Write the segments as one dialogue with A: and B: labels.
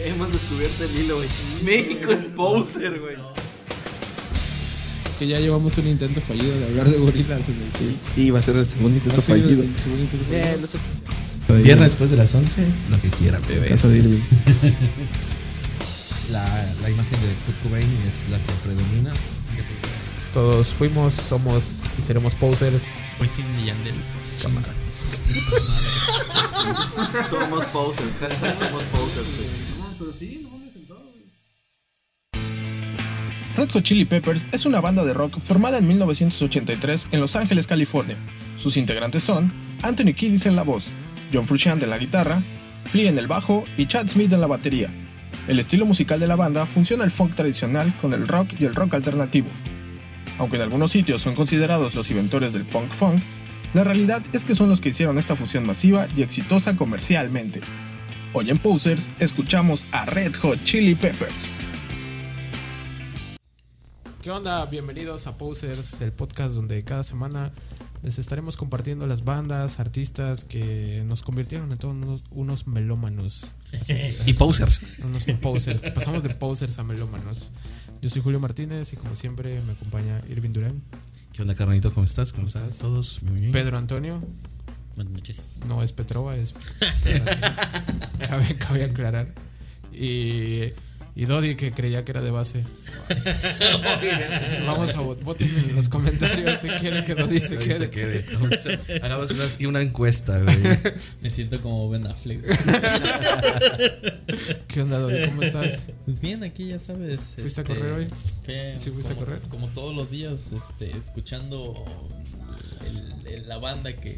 A: hemos descubierto el hilo, güey. México es poser, güey.
B: Que ya llevamos un intento fallido de hablar de gorilas en el sí.
C: Y va a ser el segundo
B: Ha
C: intento
B: sido el
C: fallido.
B: segundo intento fallido.
C: Eh, no seas-
D: Viernes después de las 11, lo que quiera,
C: Caso de
D: bebés.
C: Irving.
D: La, la imagen de Kurt Cobain es la que predomina.
E: Todos fuimos, somos y seremos posers.
F: Hoy sin Yandel. Cámaras.
A: Somos posers, hashtag somos posers, güey.
G: Red Hot Chili Peppers es una banda de rock formada en 1983 en Los Ángeles, California. Sus integrantes son Anthony Kiddis en la voz, John Frusciante en la guitarra, Flea en el bajo y Chad Smith en la batería. El estilo musical de la banda funciona el funk tradicional con el rock y el rock alternativo. Aunque en algunos sitios son considerados los inventores del punk funk, la realidad es que son los que hicieron esta fusión masiva y exitosa comercialmente. Hoy en Posers escuchamos a Red Hot Chili Peppers.
E: ¿Qué onda? Bienvenidos a Posers, el podcast donde cada semana les estaremos compartiendo las bandas, artistas que nos convirtieron en todos unos, unos melómanos. Así es,
F: Y posers.
E: unos posers, que pasamos de posers a melómanos. Yo soy Julio Martínez y como siempre me acompaña Irving Durán,
F: ¿Qué onda, carnalito? ¿Cómo estás? ¿Cómo, están
E: estás?
F: todos? Muy bien.
E: Pedro Antonio,
F: Buenas noches.
E: no es Petrova, es... Pedro Antonio. cabe, cabe aclarar. Y, y Dodi que creía que era de base. Vamos a vot- voten en los comentarios si quieren que Dodi se
C: Que se
E: quede.
C: quede. Vamos a- Hagamos una, una encuesta, güey.
F: Me siento como Ben Affleck.
E: ¿Qué onda, Dodi? ¿Cómo estás?
C: Este,
F: Pues bien, aquí ya sabes. este,
E: ¿Fuiste a correr hoy?
F: fe-
E: ¿Sí fuiste a
F: como-
E: correr?
F: Como todos los días, este, escuchando el- el- la banda que,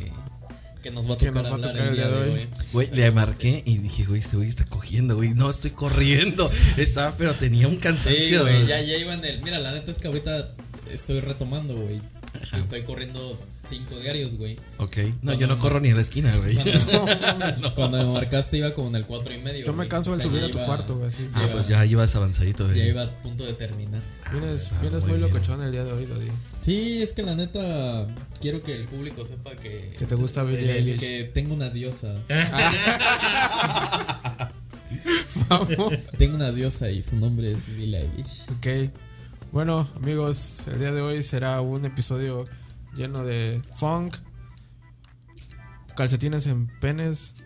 F: que nos va a
E: Que
F: tocar
E: nos va a
F: hablar
E: tocar
F: el día de hoy.
C: Güey, le marqué y dije, güey, este güey está cogiendo, güey. No, estoy corriendo. Estaba, pero tenía un
F: Sí,
C: cansancio.
F: güey, ya, ya iba en el. Mira, la neta es que ahorita estoy retomando, güey. Estoy corriendo cinco diarios, güey.
C: Ok. No, yo no corro ni en la esquina, güey.
F: Cuando me marcaste iba como en el cuatro y medio.
E: Ah, Yo me
F: güey.
E: canso
F: O
E: al
F: sea,
E: subir
F: ya
E: a tu
F: iba-
E: cuarto, güey. Así.
C: Ah, pues ya ibas avanzadito,
F: Ya
C: güey.
F: iba a punto de terminar.
E: Vienes,
C: Ah,
E: vienes
C: muy
E: muy
C: bien.
E: locochón el día de hoy, Dodi.
F: Sí, es que la neta quiero que el público sepa que
E: Que te gusta Billie
F: que-
E: Eilish.
F: que tengo una diosa.
E: Ah. Vamos.
F: Tengo una diosa y su nombre es Billie Eilish.
E: Ok. Bueno, amigos, el día de hoy será un episodio lleno de funk, calcetines en penes,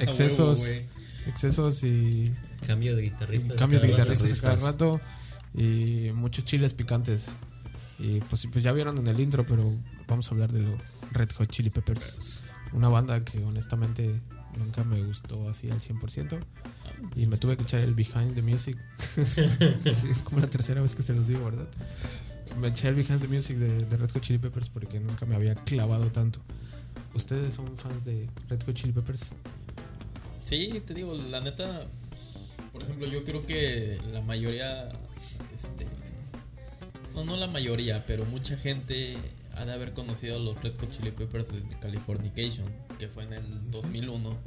E: excesos,
F: A huevo, güey.
E: excesos y
F: Cambio de guitarrista.
E: cambios de
F: cada rato.
E: guitarristas a cada rato y muchos chiles picantes. Y pues, pues ya vieron en el intro, pero vamos a hablar de los Red Hot Chili Peppers. Una banda que honestamente nunca me gustó así al 100%. Y me tuve que echar el Behind the Music. es como la tercera vez que se los digo, ¿verdad? Me eché el Behind the Music de, de Red Hot Chili Peppers porque nunca me había clavado tanto. ¿Ustedes son fans de Red Hot Chili Peppers?
F: Sí, te digo, la neta. Por ejemplo, yo creo que la mayoría. Este, no, no la mayoría, pero mucha gente ha de haber conocido a los Red Hot Chili Peppers de Californication, que fue en el 2001. O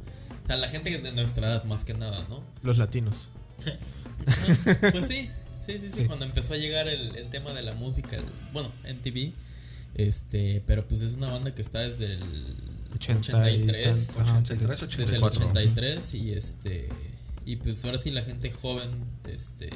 F: sea, la gente de nuestra edad, más que nada, ¿no?
E: Los latinos.
F: Pues sí, sí, sí, sí, Cuando empezó a llegar el, el tema de la música, el- bueno, MTV. Este, pero pues es una banda que está desde el
E: 80 y
F: 83,
E: tanto, ajá,
C: 83,
F: desde el
C: 84.
F: 83 y este y pues ahora sí la gente joven este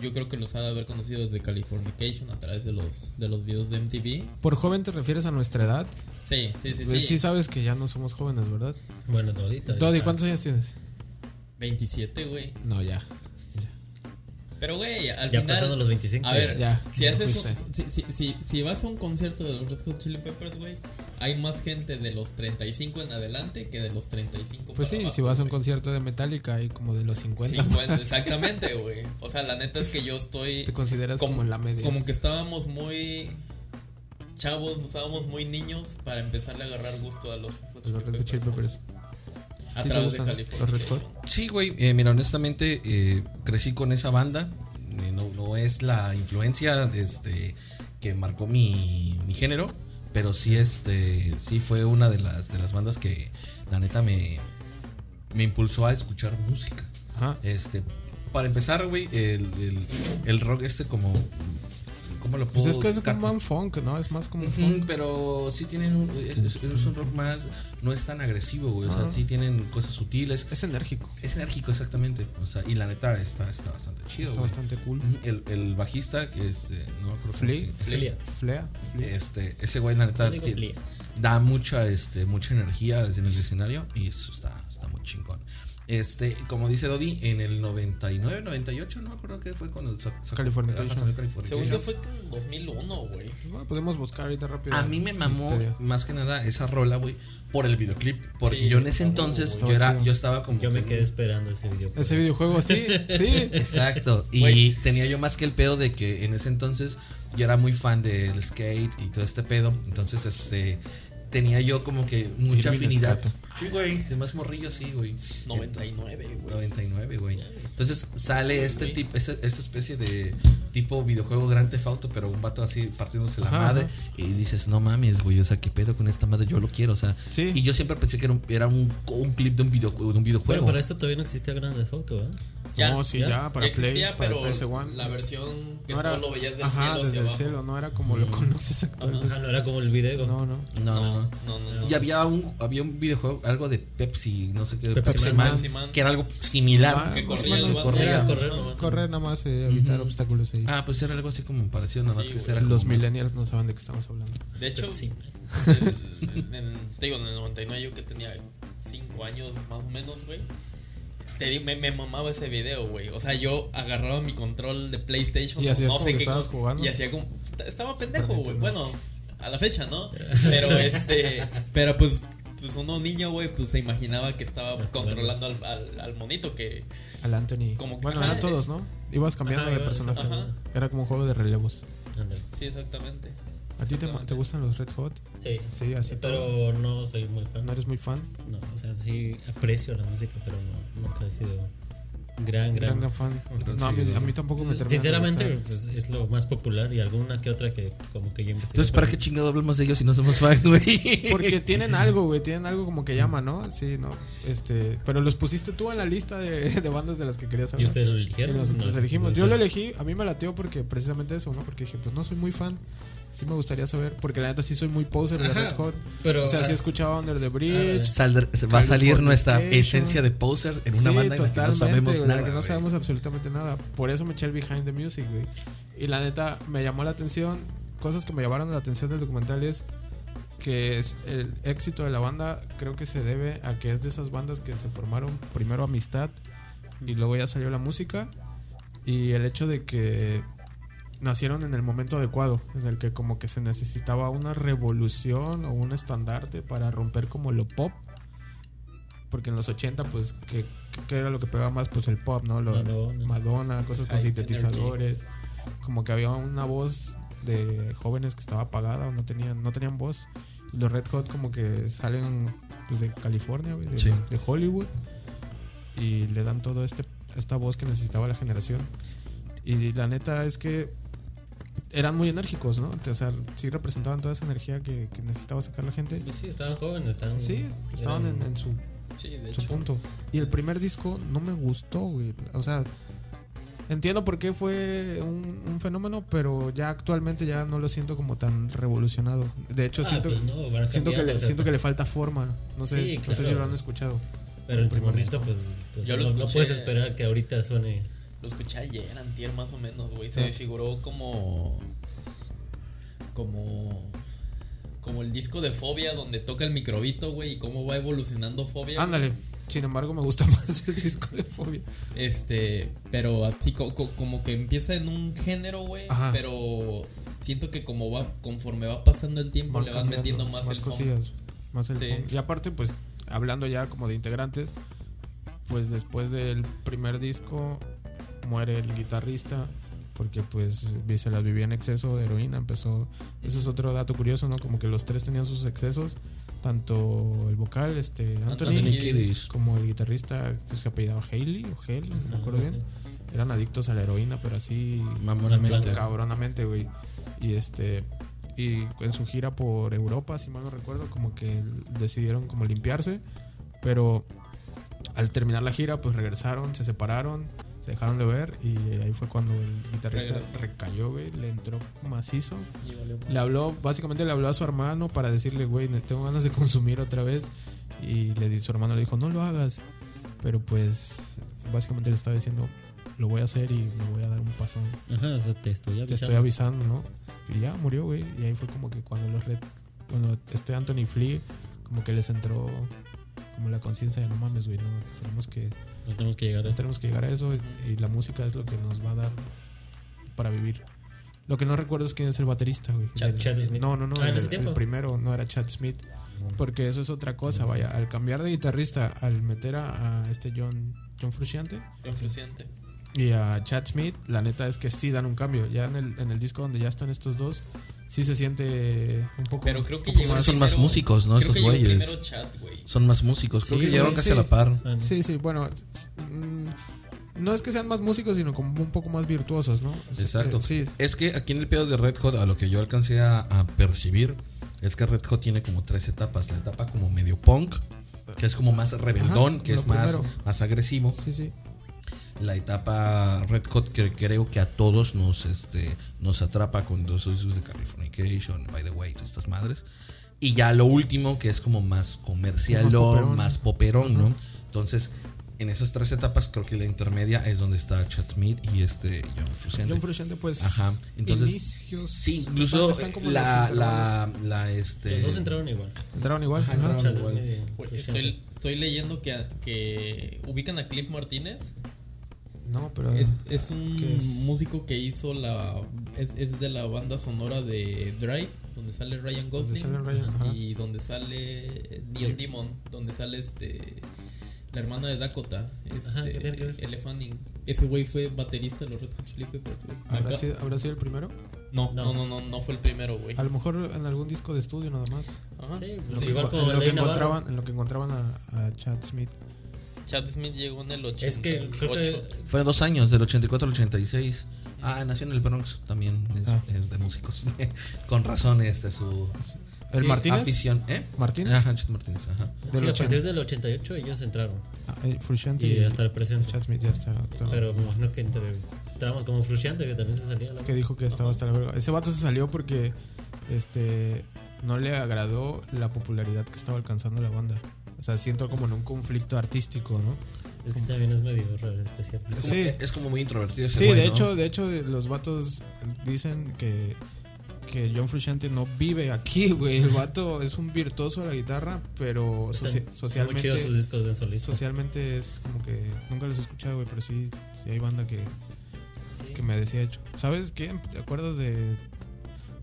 F: yo creo que los ha de haber conocido desde Californication a través de los de los videos de MTV
E: ¿Por joven te refieres a nuestra edad?
F: sí sí sí
E: Pues sí.
F: sí,
E: sabes que ya no somos jóvenes, ¿verdad?
F: bueno todito
E: Toddy, ¿cuántos años tienes?
F: 27 güey
E: No, ya.
F: pero güey al
H: Ya
F: final
H: pasando los 25.
F: a ver
E: ya,
F: si
E: ya
F: haces un-
E: fuiste.
F: si, si, si, si vas a un concierto de los Red Hot Chili Peppers güey hay más gente de los 35 en adelante que de los 35
E: Pues
F: para
E: sí,
F: abajo,
E: si vas a un
F: güey.
E: concierto de Metallica y como de los 50,
F: 50, exactamente güey o sea la neta es que yo estoy
E: pues, te consideras como, en la media.
F: como que estábamos muy chavos, estábamos muy niños para empezarle a agarrar gusto a los,
E: Pues los Red Hot Chili Peppers.
F: a
E: ¿Sí te
F: través de
E: gustan
F: California.
E: los Red Hot?
C: Sí, güey. eh, mira, honestamente, eh, crecí con esa banda. Eh, no, no es la influencia este, que marcó mi, mi género. Pero sí, este, sí fue una de las, de las bandas que la neta me, me impulsó a escuchar música.
E: Ajá.
C: Este, para empezar, güey, el, el- el rock este como, como ¿Cómo lo puedo
E: Pues es que es
C: cat-
E: como un funk, ¿no? Es más como un
C: Ujú,
E: funk.
C: pero sí tienen un, es, es- es un rock más, no es tan agresivo, güey. O sea, sí tienen cosas sutiles.
E: Es enérgico.
C: Es enérgico, exactamente. O sea, y la neta está, está bastante chido.
E: Está
C: güey.
E: bastante cool.
C: Ujú, El, el bajista, que este, no creo
E: Flea.
A: Flelia.
E: Flea.
C: Este, ese güey, la neta,
A: Yo digo
C: tie-
A: Flea.
C: da mucha, este, mucha energía desde en el escenario y eso está, está muy chingón. Este, como dice Dodi, en el 99, 98, no me acuerdo qué fue cuando sa- sacó-
E: Californication.
C: ajá, salió Californication.
A: Según yo fue como en 2001, güey.
E: Pues, Bueno, podemos buscar ahorita rápido.
C: A mí me mamó
E: Wikipedia.
C: más que nada esa rola, güey, por el videoclip. Porque
A: Sí,
C: yo en ese
A: está
C: entonces,
E: muy
C: yo, era,
E: chido.
C: yo estaba como.
F: Yo me
C: que-
F: quedé esperando ese video.
E: Ese videojuego, sí, sí.
C: Exacto. Y
A: Güey.
C: tenía yo más que el pedo de que en ese entonces yo era muy fan del skate y todo este pedo. Entonces, este. Tenía yo como que mucha
E: Irving
C: afinidad.
E: Escato.
C: Sí, güey. De más morrillo, sí, güey.
A: 99, güey.
C: 99, güey. Entonces sale este
A: güey.
C: tipo, este- esta especie de tipo videojuego Grand Theft Auto, pero un vato así partiéndose la madre. Y dices, no mames, güey, o sea, ¿qué pedo con esta madre? Yo lo quiero, o sea.
E: Sí.
C: Y yo siempre pensé que era un, era un, un clip de un videojuego. De un videojuego.
F: Bueno, para esto todavía no existía Grand Theft Auto, ¿eh?
E: No, sí, ya, para Play,
A: existía,
E: para
A: pero
E: PS1.
A: la versión que
E: No
A: no
E: era,
A: lo veías del
E: ajá,
A: cielo hacia
E: desde el
A: abajo.
E: cielo, no era como lo conoces actualmente.
F: Ah, no era como el video.
E: No, no.
C: No, no, no.
A: No, no, no.
C: Y había un, había un videojuego, algo de Pepsi, no sé qué,
F: Pepsi Man.
A: Pepsi Man.
C: que era algo similar.
E: Ah,
A: Que
E: más o
A: corría el
E: menos,
A: vato.
C: corría.
F: Era correr nomás.
E: Correr nada más, eh, evitar obstáculos ahí.
C: Ah, pues era algo así como parecido, nada más que este era
E: Los
C: como-
E: millennials no saben de qué estamos hablando.
A: De hecho,
F: Sí,
A: en- en- te digo, en el 99 yo que tenía 5 años más o menos, güey. te di- Me, me mamaba ese video, güey. O sea, yo agarraba mi control de PlayStation.
E: Y hacías
A: no
E: como
A: sé
E: que
A: qué
E: estabas
A: con-
E: jugando.
A: Y hacía como. Estaba pendejo, güey.
E: Nintendo.
A: Bueno, a la fecha, ¿no? Pero este. Pero pues. Pues uno niño, güey, pues se imaginaba que estaba controlando al, al, al monito que.
E: Al Anthony.
A: Como que-
E: bueno,
A: ajá,
E: eran todos, ¿no? Ibas cambiando
A: ajá,
E: de
A: ibas-
E: personaje.
A: ajá.
E: Era como un juego de relevos.
F: ándale.
A: Sí, exactamente.
E: ¿A ti te, te gustan los Red Hot?
F: Sí.
E: Sí, así
F: Pero no soy muy fan.
E: ¿No eres muy fan?
F: No, o sea, sí aprecio la música, pero no, nunca he sido un gran,
E: Gran,
F: gran.
E: gran fan. No, a mí, a mí tampoco me termina. de
F: Sinceramente,
E: gustar.
F: pues, es lo más popular y alguna que otra que como que yo investigué.
C: Entonces, ¿para qué chingado hablamos de ellos si no somos fan, güey?
E: Porque tienen algo, güey. Tienen algo como que llama, ¿no? Sí, ¿no? Este. Pero los pusiste tú en la lista de, de bandas de las que querías hablar.
F: ¿Y ustedes lo eligieron?
E: Y nosotros
F: No,
E: elegimos.
F: no,
E: Yo lo
F: ustedes-
E: elegí, a mí me lateó porque precisamente eso, ¿no? Porque dije, pues no soy muy fan. Sí me gustaría saber, porque la neta sí soy muy poser de Red Hot.
F: pero-
E: o sea, sí
F: ah,
E: escuchaba Under the Bridge.
C: Saldr- va a salir nuestra
E: Californication.
C: esencia de posers en una
E: sí,
C: banda en la que no
E: totalmente,
C: sabemos
E: güey, de la
C: nada.
E: que no
C: güey.
E: sabemos absolutamente nada. Por eso me eché el Behind the Music, güey. Y la neta, me llamó la atención. Cosas que me llamaron la atención del documental es que es el éxito de la banda creo que se debe a que es de esas bandas que se formaron primero amistad y luego ya salió la música y el hecho de que nacieron en el momento adecuado, en el que como que se necesitaba una revolución o un estandarte para romper como lo pop. Porque en los 80, pues, ¿qué, qué- qué era lo que pegaba más? Pues el pop, ¿no? Lo-
F: Madonna.
E: Madonna, cosas con
A: High
E: sintetizadores. Como que había una voz de jóvenes que estaba apagada o no tenían, no tenían voz. Y los Red Hot como que salen pues, de California, güey, de,
C: Sí.
E: de Hollywood. Y le dan todo este esta voz que necesitaba la generación. Y la neta es que eran muy enérgicos, ¿no? O sea, sí representaban toda esa energía que, que necesitaba sacar la gente.
F: Pues sí, estaban jóvenes, estaban.
E: Sí, estaban en,
F: eran-
E: en su,
A: Sí, de
E: su
A: hecho.
E: punto. Y el primer disco no me gustó, güey. O sea, entiendo por qué fue un, un fenómeno, pero ya actualmente ya no lo siento como tan revolucionado. De hecho,
F: Ah,
E: siento,
F: pues no, van
E: siento, que
F: cambiando,
E: le,
F: o sea,
E: siento que le falta forma. No sé,
F: Sí,
E: no sé si
F: claro.
E: lo han escuchado.
F: Pero en su momento, pues. entonces,
A: Yo lo
F: no, no
A: escuché-
F: puedes esperar que ahorita suene.
A: Lo escuché ayer, antier más o menos, güey. Se me figuró como. Como. Como el disco de Fobia donde toca el microbito, güey, y cómo va evolucionando Fobia.
E: Ándale. Sin embargo, me gusta más el disco de Fobia.
A: Este, pero así co- co- como que empieza en un género, güey,
E: Ajá.
A: pero siento que como va conforme va pasando el tiempo
E: Van
A: le van
E: cambiando,
A: metiendo más, el fondo.
E: cosillas, más el
A: Sí.
E: fondo. Y aparte, pues, hablando ya como de integrantes, pues después del primer disco muere el guitarrista porque pues se las vivía en exceso de heroína, empezó, ese es otro dato curioso, ¿no? Como que los tres tenían sus excesos, tanto el vocal, este, Anthony,
A: Anthony Kiedis.
E: como el guitarrista que se apellidaba Haley o Hale, no me acuerdo bien, eran adictos a la heroína, pero así
C: Mamonamente.
E: cabronamente, güey. Y este y en su gira por Europa, si mal no recuerdo, como que decidieron como limpiarse, pero al terminar la gira pues regresaron, se separaron, se dejaron de ver y ahí fue cuando el guitarrista
A: Regresó.
E: recayó, güey, le entró macizo.
A: Y valió
E: Le habló, básicamente le habló a su hermano para decirle, güey, ne- tengo ganas de consumir otra vez. Y le di- su hermano le dijo, no lo hagas. Pero pues, básicamente le estaba diciendo, lo voy a hacer y me voy a dar un pasón.
F: Ajá, o sea, te estoy avisando.
E: Te estoy avisando, ¿no? Y ya murió, güey. Y ahí fue como que cuando los red. Cuando este Anthony Flea, como que les entró como la conciencia de no mames, güey, no. Tenemos que.
F: No tenemos que llegar a eso.
E: Tenemos que llegar a eso. y- Y la música es lo que nos va a dar para vivir. Lo que no recuerdo es quién es el baterista, güey.
F: Chad-
E: El-
F: Chad Smith.
E: No, no, no.
F: Ah, en
E: el,
F: ese
E: el
F: tiempo.
E: primero no era Chad Smith. Porque eso es otra cosa, vaya. Al cambiar de guitarrista, al meter a, a este John, John Frusciante,
A: Influenciante.
E: y a Chad Smith, la neta es que sí dan un cambio. Ya en el, en el disco donde ya están estos dos, sí se siente un poco.
A: Pero creo que
E: un poco
A: llegó
E: más-
C: son más
A: primero-
C: músicos, ¿no?
A: creo que
C: Estos
A: llegó
C: güeyes.
A: primero Chad, güey.
C: Son más músicos, creo
E: Sí,
C: que llegaron
E: sí.
C: casi a la par.
F: Ah, no.
E: Sí, sí, bueno. mm, No es que sean más músicos, sino como un poco más virtuosos, ¿no?
C: Exacto.
E: Eh, Sí,
C: Es que aquí en el pedo de Red Hot, a lo que yo alcancé a, a percibir, es que Red Hot tiene como tres etapas. La etapa como medio punk, que es como más rebeldón,
E: Ajá,
C: que
E: lo
C: es más,
E: primero.
C: más agresivo.
E: sí, sí.
C: La etapa Red Hot que creo que a todos nos, este, nos atrapa con dos usos de Californication, By the Way, todas estas madres. Y ya lo último, que es como más comercial, más
E: poperón.
C: poperón, ¿no? Entonces, en esas tres etapas, creo que la intermedia es donde está Chad Smith y este John Frusciante.
E: John Frusciante, pues.
C: Ajá, entonces-
E: inicios,
C: Sí, incluso eh,
E: están- están como en
C: la,
E: los intervalos.
C: la, la, este.
F: Los dos entraron igual.
E: Entraron igual. ajá.
F: Chad Smith y
A: Güey,
F: Frusciante.
A: Estoy, estoy leyendo que, que ubican a Cliff Martínez.
E: No, pero.
A: Es, es un
E: ¿Qué es?
A: músico que hizo la. Es, es de la banda sonora de Drive, donde sale Ryan Gosling.
E: sale Ryan, ajá.
A: y donde sale Neil Demon, donde sale este. La hermana de Dakota,
F: Ajá, ¿qué tiene que ver?
A: este, Elle Fanning. Ese güey fue baterista de los Red Hot Chili Peppers, güey.
E: ¿habrá,
A: Acá-
E: sido, habrá sido el primero?
A: No, no, no, no, no fue el primero, güey.
E: A lo mejor en algún disco de estudio nada más.
A: Ajá.
F: Sí,
A: Sí,
F: lo que igual
E: En
F: como
E: Ah, lo que
F: Ley Navarro.
E: encontraban, en lo que encontraban a, a Chad Smith.
A: Chad Smith llegó en el 88.
F: Es que creo que
C: Fue dos años, del 84 al 86. Ah, nació en el Bronx también, es,
E: Ah.
C: es de músicos. Con razón, este, su.
E: ¿El
C: sí,
E: Martínez?
C: Afición, ¿eh?
E: ¿Martínez?
C: Ajá, Chet Martínez, ajá.
E: Del
F: sí, a
E: 80.
F: partir del 88 ellos entraron.
E: Ah, eh, Frusciante
F: Y
E: y
F: hasta el presente.
E: Chad Smith ya está. está-
F: Pero me imagino que entre- entramos como Frusciante, que también se salía. La...
E: que dijo que estaba hasta la verga. Ese vato se salió porque este no le agradó la popularidad que estaba alcanzando la banda. O sea, siento como en un conflicto artístico, ¿no?
F: Es que también es medio raro, especial.
E: Sí.
C: Es, como muy introvertido ese
E: Sí,
C: güey,
E: de
C: ¿no?
E: hecho, de hecho de- los vatos dicen que que John Frusciante no vive aquí, güey. El vato es un virtuoso de la guitarra, pero
F: Están-
E: socia-
F: están muy
E: socialmente
F: chidos sus discos de solista.
E: socialmente es como que nunca los he escuchado, güey, pero sí, sí hay banda que,
F: Sí.
E: que me decía hecho. ¿Sabes qué? ¿Te acuerdas de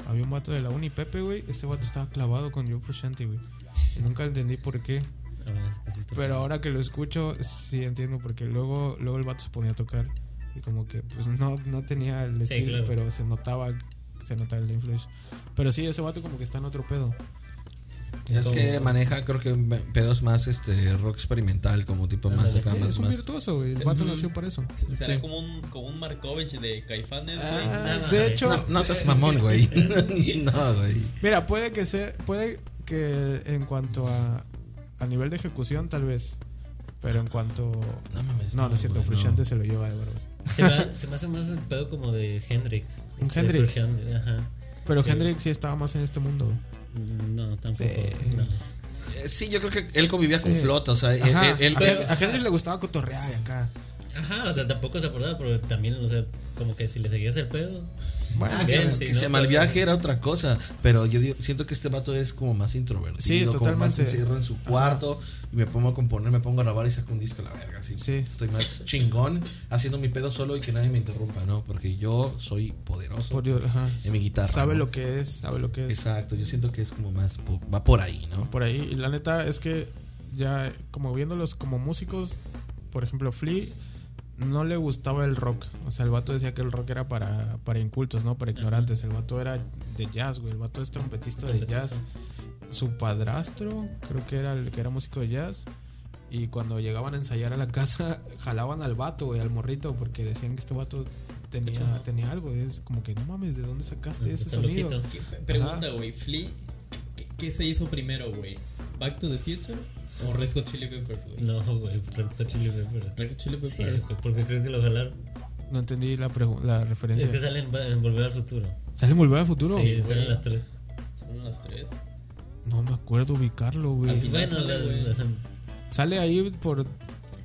E: había un vato de la uni Pepe, güey? Ese vato estaba clavado con John Frusciante, güey. Y nunca entendí por qué,
F: A ver, es que sí está-
E: pero ahora que lo escucho sí entiendo porque luego luego el vato se ponía a tocar y como que pues no no tenía el
F: Sí,
E: estilo,
F: claro.
E: pero se notaba se notaba el influence. Pero sí, ese vato como que está en otro pedo.
C: Es que maneja, creo que pedos más este rock experimental, como tipo más acá,
E: Sí,
C: más,
E: es un
C: más.
E: virtuoso, güey. El vato nació para eso.
A: Será
E: Sí.
A: como un, como un Markovich de Caifanes, güey.
E: Ah, de hecho,
C: No, no seas mamón, güey. no, güey.
E: Mira, puede que sea, puede que en cuanto a, a nivel de ejecución tal vez, pero en cuanto
C: No mames,
E: no, no es cierto,
C: güey,
E: Frusciante se lo lleva de barbas.
F: Se, me- se me hace más el pedo como de Hendrix.
E: Un
F: este,
E: Hendrix.
F: Frusciante, Ajá.
C: Eh,
E: Pero Hendrix sí estaba más en este mundo.
F: No, tampoco.
E: Sí.
F: no.
C: Eh, Sí, yo creo que él convivía con flota, o sea, él-
E: Ajá,
C: eh, él,
E: a, Hen- a Hendrix le gustaba cotorrear acá.
F: Ajá, o sea, tampoco se acordaba, pero también, o sea, como que si le seguías el pedo.
E: Bueno,
F: Ah,
E: sí,
F: bien, sí,
C: que
F: ¿no?
C: se malviaje era otra cosa, pero yo digo- siento que este vato es como más introvertido,
E: Sí,
C: como más
E: totalmente.
C: encierro en su cuarto y me pongo a componer, me pongo a grabar y saco un disco a la verga, así.
E: Sí.
C: Estoy más chingón haciendo mi pedo solo y que nadie me interrumpa, ¿no? Porque yo soy poderoso
E: por- ajá.
C: en mi guitarra.
E: Sabe
C: ¿no?
E: lo que es, sabe lo que es.
C: Exacto, yo siento que es como más po- va por ahí, ¿no?
E: Por ahí, y la neta es que ya como viéndolos como músicos, por ejemplo, Flea no le gustaba el rock. O sea, el vato decía que el rock era para, para incultos, ¿no? Para ignorantes. El vato era de jazz, güey. El vato es trompetista de jazz. Su padrastro, creo que era el que era músico de jazz. Y cuando llegaban a ensayar a la casa, jalaban al vato, güey, al morrito, porque decían que este vato tenía, tenía algo. Es como que, no mames, ¿de dónde sacaste ese
F: Está
E: sonido?
F: loquito.
A: ¿Qué- Pregunta, güey. Flea, ¿qué, qué se hizo primero, güey? Back to the Future o Red Hot Chili Peppers, güey.
F: No, güey, Red Hot Chili Peppers.
A: Red Hot Chili
F: Sí,
A: Peppers.
F: güey, porque creo que lo jalaron.
E: No entendí la, pregu- la
F: Es
E: referencia.
F: que salen va- en Volver al Futuro.
E: ¿Sale en Volver al Futuro?
F: Sí, salen las tres.
A: Son las tres.
E: No me acuerdo ubicarlo, güey.
A: Al fin-
F: Bueno,
A: sale,
F: las-
A: güey.
F: las-
E: Sale ahí por.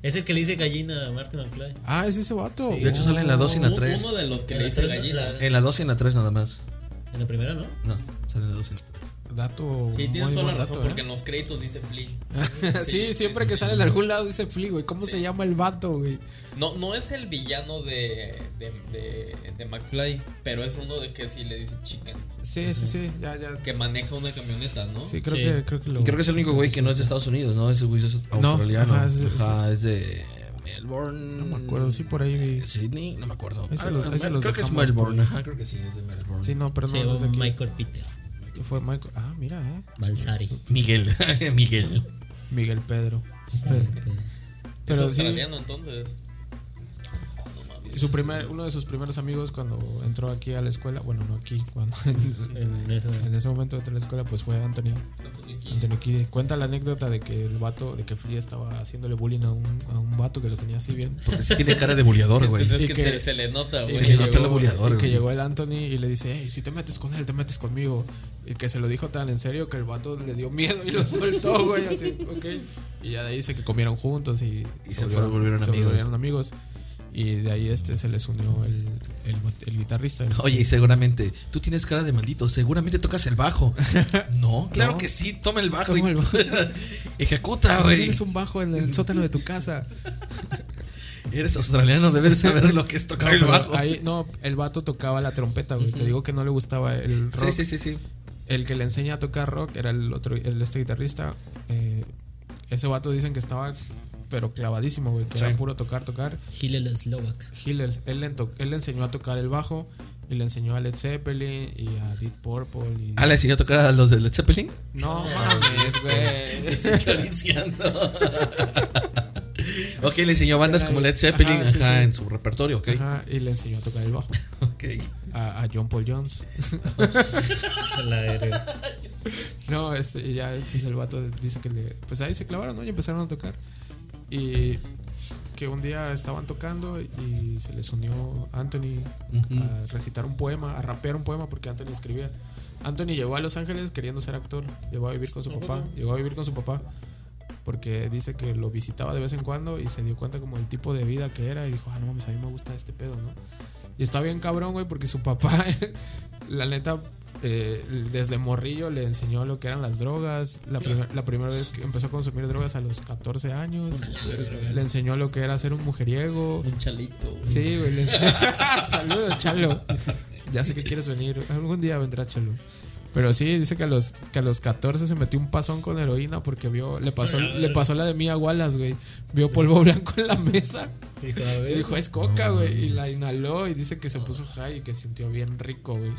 F: es el que le dice gallina a Marty McFly.
E: Ah, es ese vato.
C: De hecho, sale en la 2 y en la
A: Uno-
C: 3.
A: Uno de los que
F: En
A: le
F: la
A: dice
F: tres, ¿no?
A: gallina.
F: La-
C: En la 2 y en la 3 nada más.
F: En la primera, ¿no?
C: No, sale en la 2 y en la 3.
E: Dato.
A: Sí,
E: muy
A: tienes toda
E: buen
A: la razón,
E: dato,
A: porque
E: ¿eh?
A: en los créditos dice Flea.
E: sí, siempre que sale en algún lado dice Flea, güey. ¿Cómo se llama el vato, güey?
A: No, no es el villano de, de, de, de McFly, pero es uno de que sí le dice chicken.
E: Sí, sí, sí. Ya, ya.
A: Que maneja una camioneta, ¿no?
E: Sí, creo,
F: Sí.
E: Que, creo que lo.
C: Y creo que es el único güey que no es de Estados Unidos, ¿no? Ese güey es
E: No,
C: australiano.
E: ajá,
C: Ajá, es,
E: es- es-
C: de Melbourne.
E: No me acuerdo, sí, por ahí. vi.
C: Sydney, no me acuerdo.
E: Ese
C: Ah,
E: los- ese
C: Mel-
E: los
C: creo que es
E: dejamos
C: Melbourne, ajá, creo que sí, es de Melbourne.
E: Sí, no, pero no,
F: Se
E: no es de
F: llama
E: aquí.
F: Michael Peter
E: Fue Michael. Ah, mira, eh.
F: Balsari.
C: Miguel, Miguel.
E: Miguel Pedro.
A: es
E: Pero sí,
A: australiano, entonces.
E: su primer, uno de sus primeros amigos cuando entró aquí a la escuela, bueno, no aquí, cuando
F: En eso.
E: en ese momento entró a la escuela, pues fue Anthony. Anthony Kidd. Cuenta la anécdota de que el vato, de que Free estaba haciéndole bullying a un, a un vato que lo tenía así bien.
C: Sí tiene cara de buleador, güey.
A: Entonces
E: Y
A: es que,
E: que-
A: se, se le nota, güey.
C: Sí, no te lo
E: y
C: buleador,
E: que
C: güey.
E: llegó el Anthony y le dice, hey, si te metes con él, te metes conmigo. Y que se lo dijo tan en serio que el vato le dio miedo y lo soltó, güey, así, ok. Y ya de ahí se que comieron juntos y,
C: Y se fueron, volvieron
E: se
C: amigos.
E: volvieron amigos. Y de ahí este se les unió el, el, el guitarrista. el-
C: Oye, y seguramente, tú tienes cara de maldito, seguramente tocas el bajo. No, claro que sí, toma el bajo.
E: Toma el bajo. Ah,
C: y, ejecuta, güey.
E: Tienes un bajo en el sótano de tu casa.
C: Eres australiano, debes saber lo que es tocar el
E: Pero
C: bajo.
E: ahí- no, el vato tocaba la trompeta, güey. Te digo que no le gustaba el rock.
C: Sí, sí, sí, sí.
E: El que le enseña a tocar rock era el otro, el, este guitarrista. eh, ese vato dicen que estaba, pero clavadísimo, güey. Que era puro tocar, tocar.
F: Hillel Slovak.
E: Hillel, él le, to- él le enseñó a tocar el bajo y le enseñó a Led Zeppelin y a Deep Purple. Y,
C: Ah, le enseñó a tocar a los de Led Zeppelin.
E: no mames, güey.
C: Choriciando. ok, le enseñó bandas como Led Zeppelin
E: Ajá, sí,
C: ajá,
E: sí.
C: en su repertorio, ok.
E: Ajá, y le enseñó a tocar el bajo
C: Ok.
E: a, a John Paul Jones.
F: La verga.
E: No, este, y ya pues, el vato dice que le. Pues ahí se clavaron, ¿no? Y empezaron a tocar. Y que un día estaban tocando y se les unió Anthony a recitar un poema, a rapear un poema, porque Anthony escribía. Anthony llegó a Los Ángeles queriendo ser actor, llegó a vivir con su papá, llegó a vivir con su papá, porque dice que lo visitaba de vez en cuando y se dio cuenta como el tipo de vida que era y dijo, ah, no mames, a mí me gusta este pedo, ¿no? Y está bien cabrón, güey, porque su papá, la neta, eh, desde morrillo le enseñó lo que eran las drogas. La, primer- la primera vez que empezó a consumir drogas a los 14 años. Le enseñó lo que era ser un mujeriego.
A: Un chalito. güey.
E: Sí, güey. le enseñó- Saludos, Chalo. Ya sé que quieres venir. Algún día vendrá Chalo. Pero sí, dice que a los, que a los 14 se metió un pasón con heroína porque vio, le pasó, le pasó la de Mia Wallace, güey. Vio polvo blanco en la mesa.
F: Dijo, a
E: Y
F: ver.
E: dijo, es coca, güey. Y la inhaló y dice que se puso high y que sintió bien rico, güey.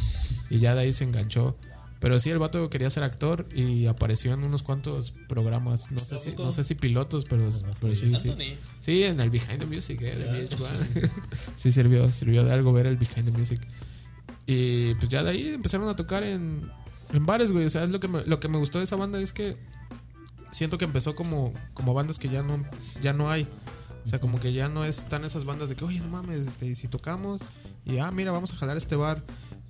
E: Y ya de ahí se enganchó. Pero sí, el vato quería ser actor y apareció en unos cuantos programas. No sé si, no sé si pilotos, pero, pero sí, sí.
A: Anthony.
E: Sí, en el Behind the Music, eh, de VH1. sí, sirvió, sirvió de algo ver el Behind the Music. Y pues ya de ahí empezaron a tocar en, en bares, güey. O sea, es lo que, me, lo que me gustó de esa banda es que siento que empezó como, como bandas que ya no, ya no hay. O sea, como que ya no están esas bandas de que, oye, no mames, este, y si tocamos, y ah, mira, vamos a jalar este bar.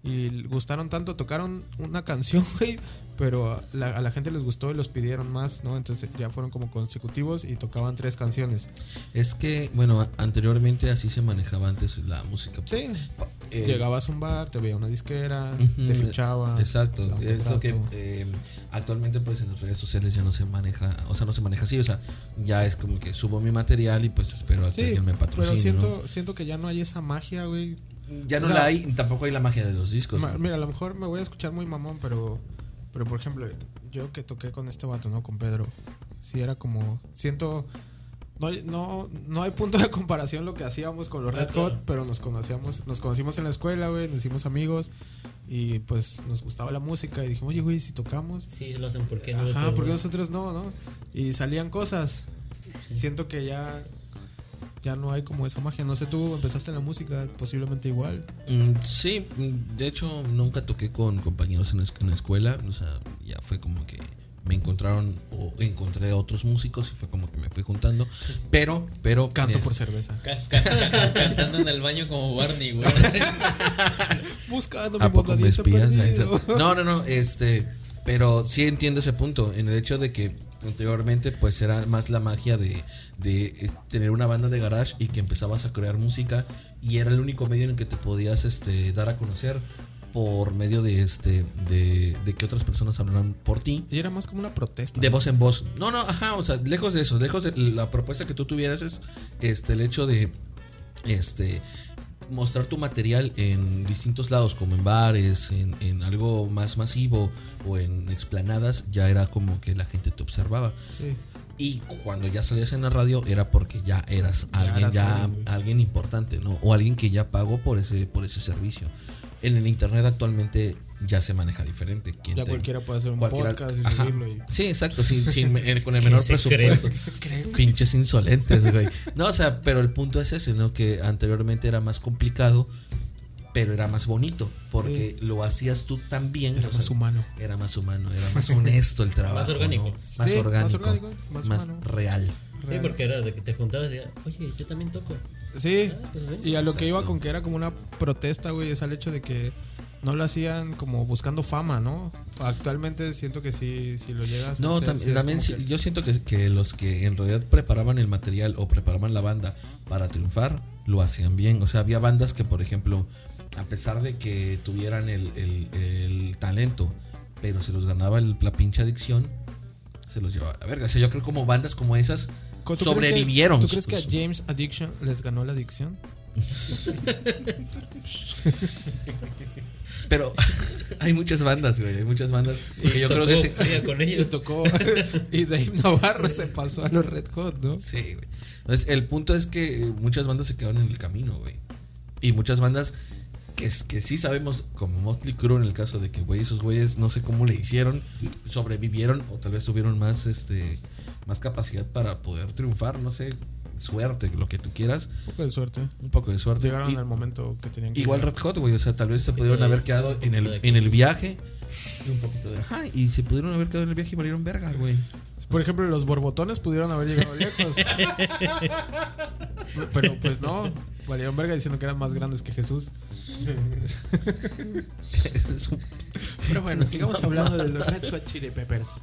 E: Y gustaron tanto, tocaron una canción, güey, pero a la, a la gente les gustó y los pidieron más, ¿no? Entonces ya fueron como consecutivos y tocaban tres canciones.
C: Es que, bueno, a- anteriormente así se manejaba antes la música.
E: Sí.
C: Eh,
E: Llegabas a un bar, te veía una disquera,
C: Ujú,
E: te fichaba.
C: Mm, Exacto.
E: te daba un
C: Es lo que
E: contrato.
C: eh, actualmente pues en las redes sociales ya no se maneja, o sea, no se maneja así, o sea, ya es como que subo mi material y pues espero a que
E: Sí,
C: alguien me patrocine.
E: pero siento,
C: ¿no?
E: siento que ya no hay esa magia, güey.
C: Ya no
E: o sea,
C: la hay, tampoco hay la magia de los discos.
E: Ma- Mira, a lo mejor me voy a escuchar muy mamón, pero, pero por ejemplo, yo que toqué con este vato, ¿no? Con Pedro. Sí, era como. Siento. No, hay- no, no hay punto de comparación lo que hacíamos con los Red Hot, pero nos conocíamos, nos conocimos en la escuela, güey, nos hicimos amigos y pues nos gustaba la música y dijimos, oye, güey, si tocamos,
F: Sí, lo hacen porque no.
E: Ajá,
F: otros,
E: porque
F: güey?
E: nosotros no, ¿no? Y salían cosas. Siento que ya ya no hay como esa magia. No sé, tú empezaste en la música posiblemente igual.
C: Mm, Sí, mm, de hecho nunca toqué con compañeros en la, es- en la escuela, o sea, ya fue como que me encontraron o encontré a otros músicos y fue como que me fui juntando. Pero, pero.
E: Canto por
C: este,
E: cerveza.
A: Ca- ca- ca- cantando en el baño como Barney, güey.
E: Buscando mi
C: Ah, ¿A poco me
E: botadita
C: espías?
E: perdido.
C: No, no, no, este, pero sí entiendo ese punto, en el hecho de que anteriormente pues era más la magia de, de eh, tener una banda de garage y que empezabas a crear música y era el único medio en el que te podías este, dar a conocer por medio de este de, de que otras personas hablaran por ti
E: Y era más como una protesta.
C: de voz en voz. No, no, ajá, o sea, lejos de eso, lejos de la propuesta que tú tuvieras es este el hecho de este mostrar tu material en distintos lados, como en bares, en, en algo más masivo o en explanadas, ya era como que la gente te observaba.
E: Sí.
C: Y cuando ya salías en la radio era porque ya eras alguien
E: eras
C: ya
E: alguien, güey.
C: alguien importante, ¿no? O alguien que ya pagó por ese por ese servicio. En el internet actualmente ya se maneja diferente. Quien
E: Ya
C: te-
E: cualquiera puede hacer un
C: cualquiera-
E: podcast y
C: Ajá.
E: subirlo y-
C: Sí, exacto, sin, sin- el- con el menor
F: se creen?
C: presupuesto.
F: ¿Qué se creen?
C: Pinches insolentes, güey. No, o sea, pero el punto es ese, ¿no? Que anteriormente era más complicado, pero era más bonito, porque lo hacías tú también.
E: Era
C: o sea,
E: más humano.
C: Era más humano, era más honesto el trabajo.
F: Más orgánico.
C: ¿no? Más
F: Sí,
E: más
C: orgánico. Más,
E: orgánico, más humano.
C: real.
F: Sí, porque era de que te juntabas y oye, yo también toco.
E: Sí,
F: Ah, pues bueno,
E: y a lo que iba con que era como una protesta, güey, es al hecho de que no lo hacían como buscando fama, ¿no? Actualmente siento que sí, si lo llegas a
C: No,
E: hacer,
C: tam-
E: sí es
C: también
E: como
C: sí-
E: que-
C: yo siento que, que los que en realidad preparaban el material o preparaban la banda para triunfar, lo hacían bien. O sea, había bandas que, por ejemplo, a pesar de que tuvieran el, el- el talento, pero se los ganaba el- la pinche adicción, se los llevaba a la verga. O sea, yo creo como bandas como esas
E: ¿Tú crees que-
C: sobrevivieron. Pues,
E: ¿Tú crees que a James Addiction les ganó la adicción?
C: Pero hay muchas bandas, güey. Hay muchas bandas. que yo
F: Tocó
C: creo que se-
F: fría con ellos.
E: Tocó. y Dave Navarro se pasó a los Red Hot, ¿no?
C: Sí, güey. Entonces, el punto es que eh, muchas bandas se quedaron en el camino, güey. Y muchas bandas que, es- que sí sabemos, como Motley Crue en el caso de que, güey, esos güeyes no sé cómo le hicieron, sobrevivieron o tal vez tuvieron más, este, más capacidad para poder triunfar, no sé, suerte, lo que tú quieras,
E: Un poco de suerte.
C: un poco de suerte.
E: Llegaron
C: Y-
E: al momento que tenían que
C: Igual
E: llegar.
C: Red Hot, güey, o sea, tal vez se pudieron haber quedado en el, en el viaje. y un poquito de- ajá, y se pudieron haber quedado en el viaje y valieron verga, güey.
E: Por ejemplo, los borbotones pudieron haber llegado lejos. Pero pues no. Valieron verga diciendo que eran más grandes que Jesús.
C: Es un-
E: Pero bueno, sigamos hablando de los Red Hot Chili Peppers.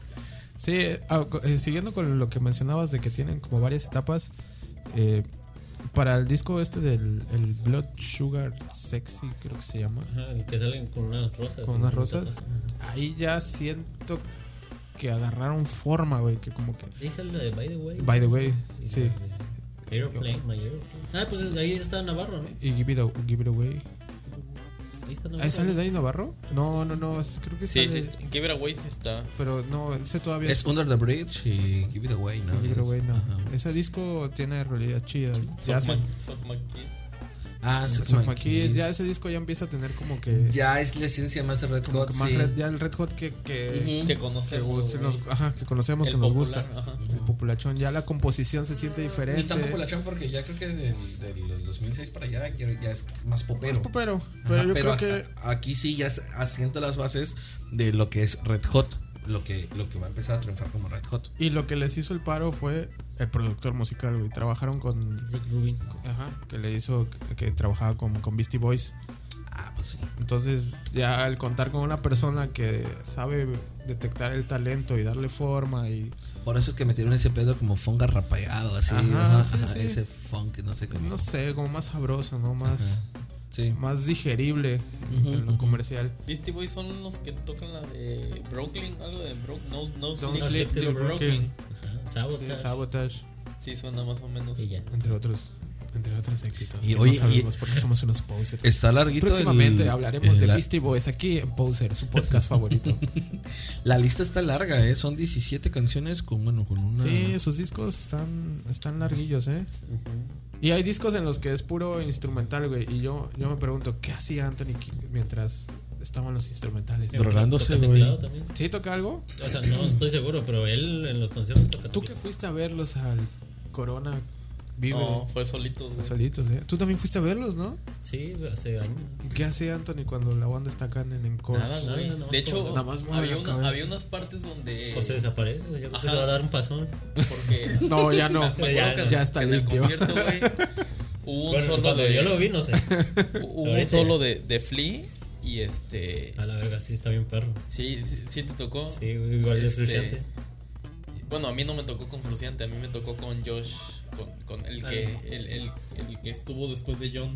E: Sí, ah, co- eh, siguiendo con lo que mencionabas de que tienen como varias etapas. eh, para el disco este del el Blood Sugar Sexy, creo que se llama.
F: Ajá, el que salen con unas rosas.
E: Con
F: ¿no?
E: unas rosas. Ahí ya siento que agarraron forma, güey. Que como que.
F: Ahí sale la de By the Way.
E: By the way,
F: Y
E: sí.
F: las de Aeroplane, My Aeroplane. Ah, pues ahí está Navarro, ¿no?
E: Y give it, a- give it away.
F: Ahí está Navarro.
E: ¿Ahí sale Dani Navarro? No, no, no. es- Creo que
A: Sí,
E: sale.
A: sí, está- Give It Away sí está.
E: Pero no, ese todavía
C: Es Under the Bridge y Give It Away, ¿no?
E: Pero güey, no.
C: Ajá.
E: Ese disco tiene realidad chida. Ya,
A: Soft
E: se-
A: Ma- Soft Monkeys.
C: Ah, Suck
E: Soft
C: My
E: Maquis,
C: Kiss.
E: ya ese disco ya empieza a tener como que.
C: Ya es la esencia más de Red
E: como
C: Hot,
E: que más
C: sí.
E: red- ya el Red Hot que, que,
F: Mm.
A: Que conoce.
E: que guste,
A: güey.
E: nos- ajá, que conocemos,
A: El
E: que nos
A: popular,
E: gusta.
A: ajá.
E: El populachón, ya la composición se siente diferente.
C: Ni tampoco la chan porque ya creo que del, del 2006 para allá ya, ya es más popero.
E: Es popero, pero
C: Ajá,
E: yo
C: pero
E: creo que.
C: a- aquí sí ya se asienta las bases de lo que es Red Hot, lo que, lo que va a empezar a triunfar como Red Hot.
E: Y lo que les hizo el paro fue el productor musical, güey. Trabajaron con.
F: Rick Rubin.
E: Ajá, que le hizo. Que, que trabajaba con, con Beastie Boys.
C: Ah, pues sí.
E: Entonces, ya al contar con una persona que sabe detectar el talento y darle forma y
C: Por eso es que metieron ese pedo como funk arrapallado, así.
E: Ajá,
C: ¿no?
E: sí, sí.
C: Ese funk, no sé cómo.
E: no sé, como más sabroso, ¿no? Más,
C: Sí.
E: más digerible en- en lo comercial.
A: Beastie Boys Este son los que tocan la de Brooklyn, algo de Brooklyn. No, no
E: Don't
A: Sleep
E: Sleep
A: Till
E: Till
A: Brooklyn.
F: Ajá, Sabotage.
E: Sí, Sabotage,
A: Sí, suena más o menos.
F: Y ya.
E: entre otros, entre otros éxitos.
C: Y
E: que
C: oye,
E: no sabemos
C: y-
E: porque somos unos posers.
C: Está larguito. el-
E: Próximamente hablaremos de
C: el-
E: Beastie Boys aquí en Poser, su podcast favorito.
C: La lista está larga, ¿eh? Son 17 canciones con, bueno, con una...
E: Sí, sus discos están, están larguillos, ¿eh? Y hay discos en los que es puro instrumental, güey. Y yo, yo me pregunto, ¿qué hacía Anthony Kidd mientras estaban los instrumentales?
C: drogándose,
F: Toca
C: güey.
F: teclado también.
E: ¿Sí toca algo?
F: O sea, no estoy seguro, pero él en los conciertos toca
E: Tú que
F: teclado.
E: fuiste a verlos al Corona Vive
A: No, fue solito. güey.
E: solitos, ¿eh? Tú también fuiste a verlos, ¿no?
F: Sí, hace años.
E: ¿Y qué hace Anthony cuando la banda está acá en en
A: Nada,
E: Corps?
F: nada,
A: güey.
F: nada,
A: de hecho,
E: nada más mueve
A: había,
E: la
A: una-
E: cabeza.
A: había unas partes donde.
F: O se desaparece, güey, ya creo que
A: Ajá.
F: se va a dar un pasón.
A: porque
E: No, ya no.
A: Me acuerdo
F: Ya-
A: que-
E: ya está
A: que en el
E: limpio.
A: concierto, güey, hubo un
F: Bueno,
A: solo
F: cuando
A: de.
F: yo lo vi, no sé.
A: Hubo un
F: Ahorita.
A: solo de, de Flea y este.
F: A la verga, sí, está bien perro.
A: Sí, sí, sí te tocó.
F: Sí, güey, igual de
A: Este,
F: frustrante.
A: Bueno, a mí no me tocó con Fruciante, a mí me tocó con Josh, con, con el, que, el, el- el que estuvo después de John.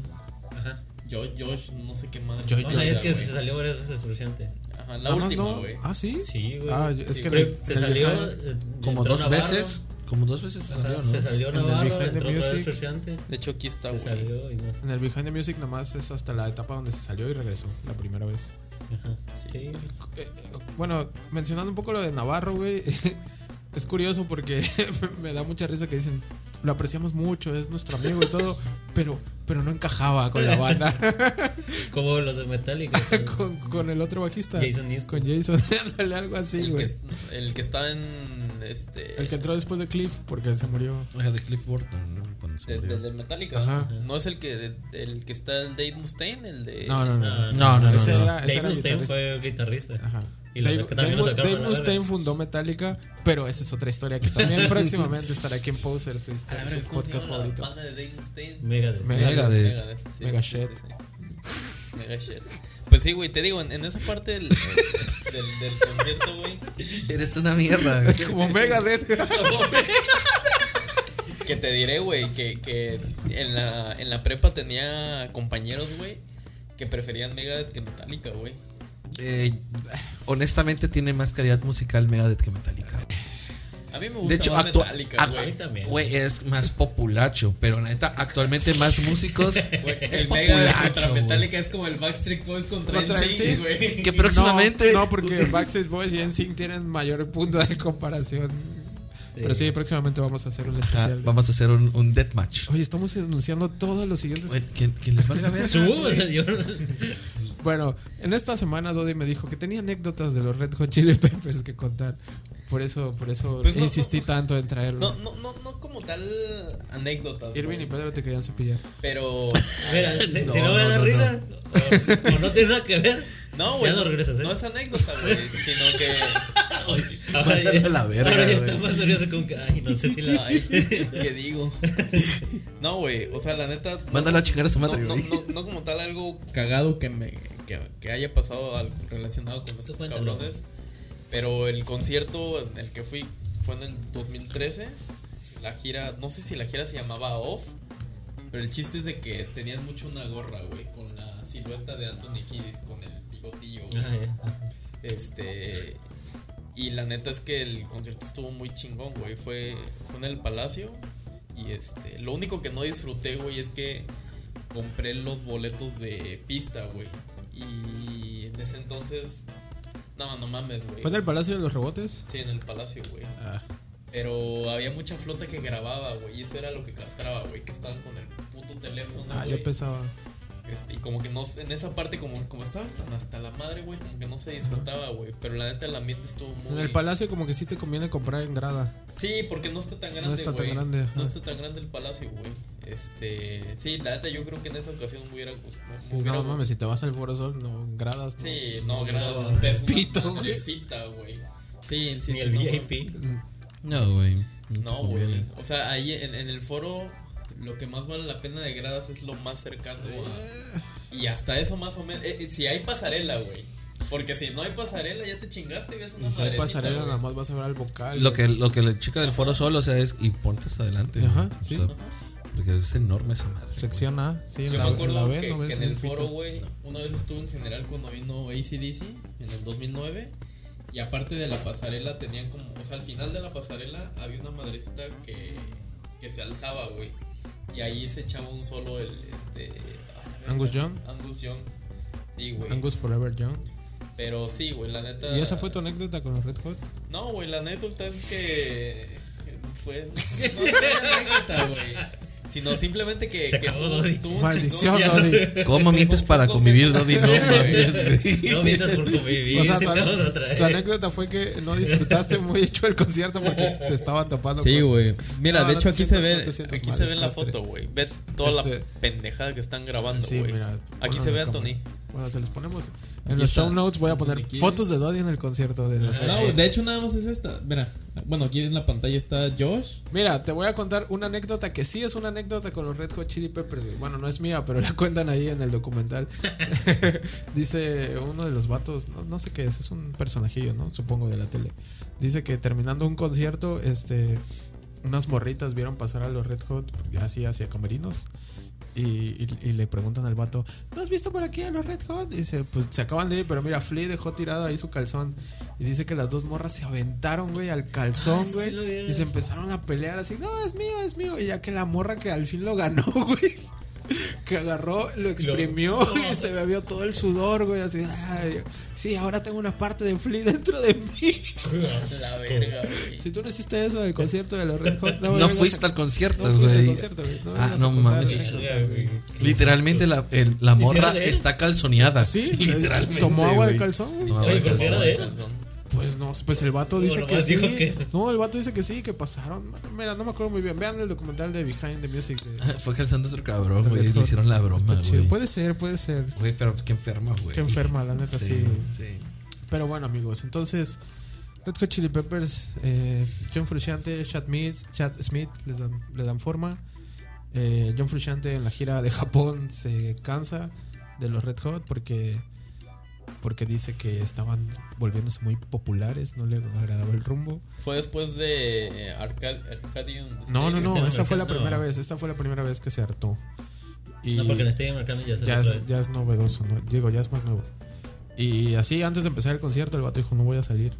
F: Ajá.
A: Yo, Josh, no sé qué madre.
F: No, o sea, es que se salió varias veces frustrante.
A: Ajá, la
E: Nada más
A: última,
E: no.
A: güey.
E: ¿Ah, sí?
F: Sí, güey.
E: Ah, yo- es
A: Sí,
E: que
F: Fue-
E: en el-
F: se
E: en el
F: salió.
E: behind-
F: eh,
C: Como
F: entró
C: dos
F: Navarro,
C: veces. Como dos veces se
F: ajá,
C: salió,
F: Se
C: ¿no?
F: salió
E: En el
F: Navarro,
E: behind the
F: entró otra vez
E: music.
F: frustrante.
A: De hecho, aquí está,
F: Se
A: güey.
F: salió y no sé.
E: En el Behind the Music nada más es hasta la etapa donde se salió y regresó la primera vez.
F: Ajá. Sí.
E: Eh, Bueno, mencionando un poco lo de Navarro, güey, es curioso porque me da mucha risa que dicen, lo apreciamos mucho, es nuestro amigo y todo, pero, pero no encajaba con la banda,
F: Como los de Metallica. sí.
E: con, con el otro bajista.
F: Jason Newsted.
E: Con Jason, ándale, algo así,
A: El
E: güey.
A: que, el que está en. Este.
E: El que entró después de Cliff porque se murió.
C: Ajá, de Cliff Burton, ¿no? Cuando se
A: de,
C: murió.
A: de- de Metallica.
E: Ajá.
A: No es el que, de- el que está el Dave Mustaine, el de.
E: No, no, no.
C: No, no, no.
E: Ese
C: no.
E: era- ah, ese
F: Dave
E: era
F: Mustaine
E: guitarrista.
F: fue guitarrista.
E: Ajá.
F: Y lo-
E: Dave,
F: que también
E: Dave-
F: lo sacaron.
E: Dave
F: a la
E: Mustaine
F: verga.
E: fundó Metallica, pero esa es otra historia que también próximamente estará aquí en Poser, su,
A: A la
E: historia,
A: verga,
E: su
A: ¿cómo se
E: podcast
A: llama la
E: favorito.
A: banda de Dave Mustaine?
F: Megadeth.
E: Megadeth.
C: Megadeth.
A: Megadeth, sí,
E: Megashed.
A: sí, sí. Megashed. Pues sí, güey, te digo, en, en esa parte del, del, del concierto, güey,
C: Eres una mierda. güey.
E: Como Megadeth.
A: que te diré, güey, que, que en, la, en la prepa tenía compañeros, güey, que preferían Megadeth que Metallica, güey.
C: Eh, honestamente tiene más calidad musical Megadeth que Metallica.
A: A mí me gusta
C: De hecho,
A: más
C: actu-
A: Metallica,
C: a-
A: güey.
F: también.
C: güey, es más populacho, pero la neta actualmente más músicos
A: Güey,
C: es
A: el Megadeth
C: populacho.
A: contra
C: güey.
A: Metallica es como el Backstreet Boys contra,
E: Contra
A: NSYNC,
E: NSYNC.
A: güey.
C: Que próximamente Ah,
E: No, no, porque Backstreet Boys y NSYNC tienen mayor punto de comparación. Pero sí, próximamente vamos a hacer un
C: Ajá,
E: especial.
C: vamos a hacer un, un deathmatch.
E: Oye, estamos anunciando todos los siguientes.
C: Güey, ¿Quién, quién les va a ver?
F: Tú, o sea, yo.
E: Bueno, en esta semana Dodi me dijo que tenía anécdotas de los Red Hot Chili Peppers que contar. Por eso, por eso
A: Pues no,
E: insistí
A: no.
E: tanto en traerlo.
A: No, no, no, no como tal anécdotas.
E: Irving
A: güey,
E: y Pedro te querían cepillar.
A: Pero.
F: Mira, si
C: No,
F: si no me
C: no,
F: da
C: no,
F: risa, o- o no tiene nada que ver.
A: No, güey.
F: Ya no regresas, ¿eh?
A: No es anécdota, güey. Sino que.
F: Ahora ya,
C: Mándalo a la verga,
F: ahora ya
C: güey.
F: está más nervioso como que, ay, no sé si la.
A: Ay, ¿Qué digo? No, güey. O sea, la neta. no-
C: Mándalo a chingar a su
A: No,
C: madre,
A: no,
C: güey.
A: no, no como tal algo cagado que me que, que haya pasado al- relacionado con estos
F: cuéntalo.
A: cabrones. Pero el concierto en el que fui fue en el 2013. La gira, no sé si la gira se llamaba Off. Pero el chiste es de que tenían mucho una gorra, güey, con la silueta de Anthony Kiddis, con el bigotillo, güey.
F: Ah, ya.
A: Este. Y la neta es que el concierto estuvo muy chingón, güey. Fue, fue en el Palacio. Y este. Lo único que no disfruté, güey, es que compré los boletos de pista, güey. Y en ese entonces. No, no mames, güey.
E: ¿Fue en el Palacio de los Rebotes?
A: Sí, en el Palacio, güey.
E: Ah.
A: Pero había mucha flota que grababa, güey. Y eso era lo que castraba, güey. Que estaban con el puto teléfono.
E: Ah,
A: güey.
E: yo pensaba.
A: Este, y como que no, en esa parte, como, como estabas tan hasta la madre, güey, como que no se disfrutaba, güey. Pero la neta, el ambiente estuvo muy.
E: En el Palacio, como que sí te conviene comprar en grada.
A: Sí, porque no está tan grande,
E: está tan
A: güey.
E: grande, ajá.
A: No está tan grande el palacio, güey. Este. Sí, la neta, yo creo que en esa ocasión me hubiera gustado.
E: Sí, no mames, si te vas al Borosol, no, en gradas. no.
A: Sí, no, gracias.
E: no.
A: Es una
E: Pito, güey.
A: madrecita, güey. Sí, sí,
F: Ni
A: sí,
F: el
A: no,
F: VIP.
C: No, güey.
A: No, güey. O sea, ahí en, en el foro lo que más vale la pena de gradas es lo más cercano a- Y hasta eso más o menos. eh, eh, si hay pasarela, güey. Porque si no hay pasarela, ya te chingaste y ves una
E: Y si hay
A: madrecita,
E: pasarela,
A: güey.
E: nada más vas a ver al vocal.
C: Lo que, lo que la chica del foro solo, o sea, es y ponte hasta adelante.
E: Ajá,
C: güey. O
E: sí.
C: sea, porque es enorme esa madre. güey.
E: Sección A, sí, en
A: Yo
E: la,
A: me
E: en la
A: acuerdo
E: B,
A: que,
E: no ves
A: que en
E: ni
A: el
E: un pito.
A: foro, güey, una vez estuve en general cuando vino ACDC en el 2009. Y aparte de la pasarela, tenían como. O sea, al final de la pasarela había una madrecita que, que se alzaba, güey. Y ahí se echaba un solo el. este ah,
E: Angus Young.
A: Angus Young. Sí, güey.
E: Angus Forever Young.
A: Pero sí, güey, la neta.
E: ¿Y esa fue tu anécdota con los Red Hot?
A: No, güey, la anécdota es que. que Fue. No, no fue anécdota, güey. Sino simplemente que.
F: Se
A: que
F: acabó,
A: estuvo-
F: Dodi.
A: estuvo un
E: Maldición,
A: cinco-
E: Dodi.
C: ¿Cómo mientes para convivir, Dodi? No mames, güey.
F: No mientas por convivir,
E: O sea,
F: si
E: tu,
F: te vas a
E: ane- tu
F: traer.
E: anécdota fue que no disfrutaste muy hecho el concierto porque te estaban tapando.
A: Sí,
E: con-
A: güey. Mira,
E: No,
A: de
E: no
A: hecho
E: te
A: aquí
E: sientas-
A: se ve,
E: no te sientas
A: aquí
E: mal,
A: se ve en la
E: desastre.
A: foto, güey. Ves toda
E: Este-
A: la pendejada que están grabando,
E: Sí,
A: güey.
E: mira.
A: aquí
E: ponlo
A: se
E: en
A: ve
E: la
A: a
E: cámara.
A: Tony.
E: Bueno, se los ponemos. En los show
A: está. Ah,
E: notes voy a poner fotos de Dodi en el concierto de la Fred.
A: No, de hecho nada más es esta. Mira, bueno, aquí en la pantalla está Josh.
E: Mira, te voy a contar una anécdota que sí es una anécdota con los Red Hot Chili Peppers. güey. Bueno, no es mía, pero la cuentan ahí en el documental. Dice uno de los vatos, no, no sé qué es, es un personajillo, ¿no? Supongo de la tele. Dice que terminando un concierto, este, unas morritas vieron pasar a los Red Hot porque así hacia camerinos. Y, y- y le preguntan al vato, ¿no has visto por aquí a los Red Hot? Y dice, pues se acaban de ir, pero mira, Flea dejó tirado ahí su calzón. Y dice que las dos morras se aventaron, güey, al calzón,
F: eso
E: güey.
F: sí lo vi.
E: y se empezaron a pelear así, no, es mío, es mío. Y ya que la morra que al fin lo ganó, güey. Que agarró, lo exprimió y se bebió todo el sudor, güey. Así, "Ay, sí, ahora tengo una parte de Flea dentro de mí.
A: La verga, güey.
E: Si tú no hiciste eso del concierto de los Red Hot, me
C: No
E: vengas
C: fuiste
E: a-
C: al concierto,
E: no fuiste al
C: güey.
E: concierto, güey. me
C: Ah,
E: vengas a
C: no
E: contar
C: mames.
E: anécdotas, güey.
C: Literalmente la, el- la morra
F: de él?
C: está calzoneada.
E: Sí,
C: literalmente.
E: Tomó agua
C: güey.
E: de calzón, güey.
C: Tomó agua
F: Oye,
C: de
F: pero si
C: calzón.
F: era de él.
E: Pues no, pues el vato dice
F: nomás
E: que sí.
F: dijo que-
E: No, el vato dice que sí, que pasaron. Mira, no me acuerdo muy bien. Vean el documental de Behind the Music. de-
C: Fue calzando otro cabrón, güey.
E: Red
C: Le
E: Hot.
C: hicieron la broma,
E: Está chido.
C: Ah, güey.
E: Puede ser, puede ser.
C: Güey, pero qué enferma, güey.
E: Qué enferma, la neta, sí. güey.
C: sí.
E: Pero bueno, amigos, entonces. Red Hot Chili Peppers, eh, John Frusciante, Chad Smith, Chad Smith les dan, le dan forma. Eh, John Frusciante en la gira de Japón se cansa de los Red Hot porque, porque dice que estaban volviéndose muy populares, no le agradaba el rumbo.
A: Fue después de eh, Arca- Arcadium.
E: No, no, no,
F: Cristiano
E: Eh, este, esta fue la
F: Mercado.
E: primera vez, esta fue la primera vez que se hartó. Y
F: No, porque le estoy marcando ya se
E: ya,
F: lo
E: es,
F: trae.
E: ya es novedoso, ¿no? digo, ya es más nuevo. Y así, antes de empezar el concierto, el vato dijo, no voy a salir.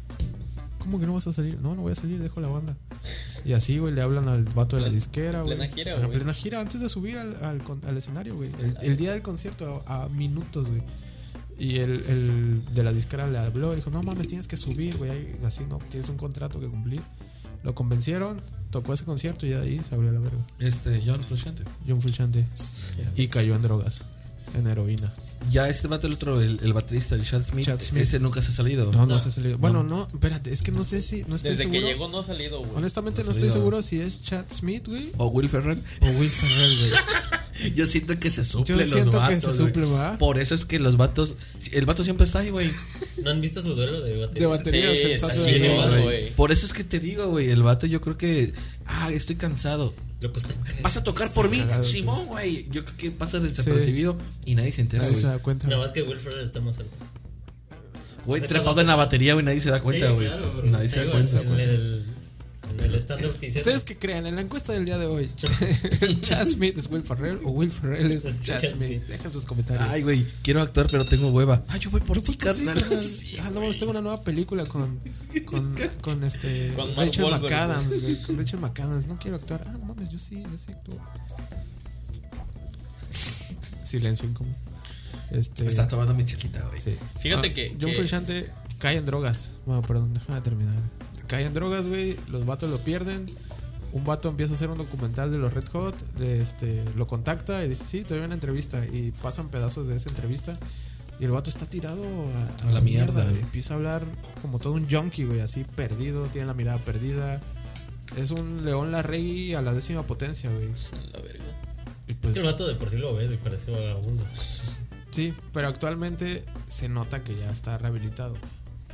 E: ¿Cómo que no vas a salir? No, no voy a salir, dejo la banda. Y así, güey, le hablan al vato de la disquera, güey.
A: plena gira,
E: En la
A: güey.
E: plena gira, antes de subir al, al con- al escenario, güey. El, el día del concierto, a, a minutos, güey. Y el, el de la disquera le habló, dijo, no mames, tienes que subir, güey. ahí- Así no, tienes un contrato que cumplir. Lo convencieron, tocó ese concierto y de ahí se abrió la verga.
C: Este, John Frusciante.
E: John Fulchante. Y cayó en drogas, en heroína.
C: Ya este vato, el otro, el, el baterista, el Chad Smith,
E: Chad Smith.
C: ese nunca se ha salido.
E: No, no, se ha salido. Bueno, no, espérate, es que no sé si. No estoy
A: Desde
E: seguro.
A: que llegó no ha salido, güey.
E: Honestamente, no estoy seguro si es Chad Smith, güey.
C: O Will Ferrell.
E: O Will Ferrell, güey.
C: Yo siento que se suplen los
E: siento que
C: vatos.
E: se
C: güey.
E: suple, ¿verdad?
C: Por eso es que los vatos. El vato siempre está ahí, güey.
F: ¿No han visto su duelo de
E: De
F: batería?
E: batería,
A: Sí,
E: sensato
A: está
E: de
A: chido,
E: droga.
A: güey.
C: Eh, Por eso es que te digo, güey. El vato, yo creo que. Ah, estoy cansado.
F: Loco, está cagado.
C: Vas a tocar por mí,
E: cagado, sí.
C: Simón, güey. Yo creo que pasa desapercibido y nadie se entera,
E: Nadie se
C: Ah, güey.
E: da cuenta.
F: Nada más que Will Ferrell está más alto.
C: Güey, trepado en la batería, güey, nadie se da cuenta,
F: Sí,
C: güey.
F: claro, pero
C: nadie se da
F: digo,
C: cuenta,
F: en
C: güey.
F: el- En el stand-up que hicieron.
E: ¿Ustedes qué creen? En la encuesta del día de hoy, ¿Chad Smith es Will Ferrell o Will Ferrell es Chad,
F: Chad
E: Smith?
F: Smith.
E: Dejen sus comentarios.
C: Ay, güey, quiero actuar, pero tengo hueva. Ah, yo voy por ti, carnal.
E: ah, no, tengo una nueva película con. Con, con este.
A: Con Mark
E: Rachel
A: Wahlberg,
E: McAdams, güey. Con Rachel McAdams. No quiero actuar. Ah, no mames, yo sí, yo sí actúo. Silencio incómodo. Este.
C: Me está tomando mi chiquita, güey.
E: Sí.
A: Fíjate que-
E: John
A: que-
E: Frusciante cae en drogas. Bueno, perdón, déjame terminar. Cae en drogas, güey. Los vatos lo pierden. Un vato empieza a hacer un documental de los Red Hot. Este, lo contacta y dice: Sí, te doy una entrevista. Y pasan pedazos de esa entrevista. Y el vato está tirado a,
C: A la mierda, güey.
E: Empieza a hablar como todo un junkie, güey. Así perdido, tiene la mirada perdida. Es un León Larregui a la décima potencia, güey.
A: La verga.
E: Y
F: Es
E: pues-
F: que el vato de por sí lo ves y parece vagabundo.
E: Sí, pero actualmente se nota que ya está rehabilitado.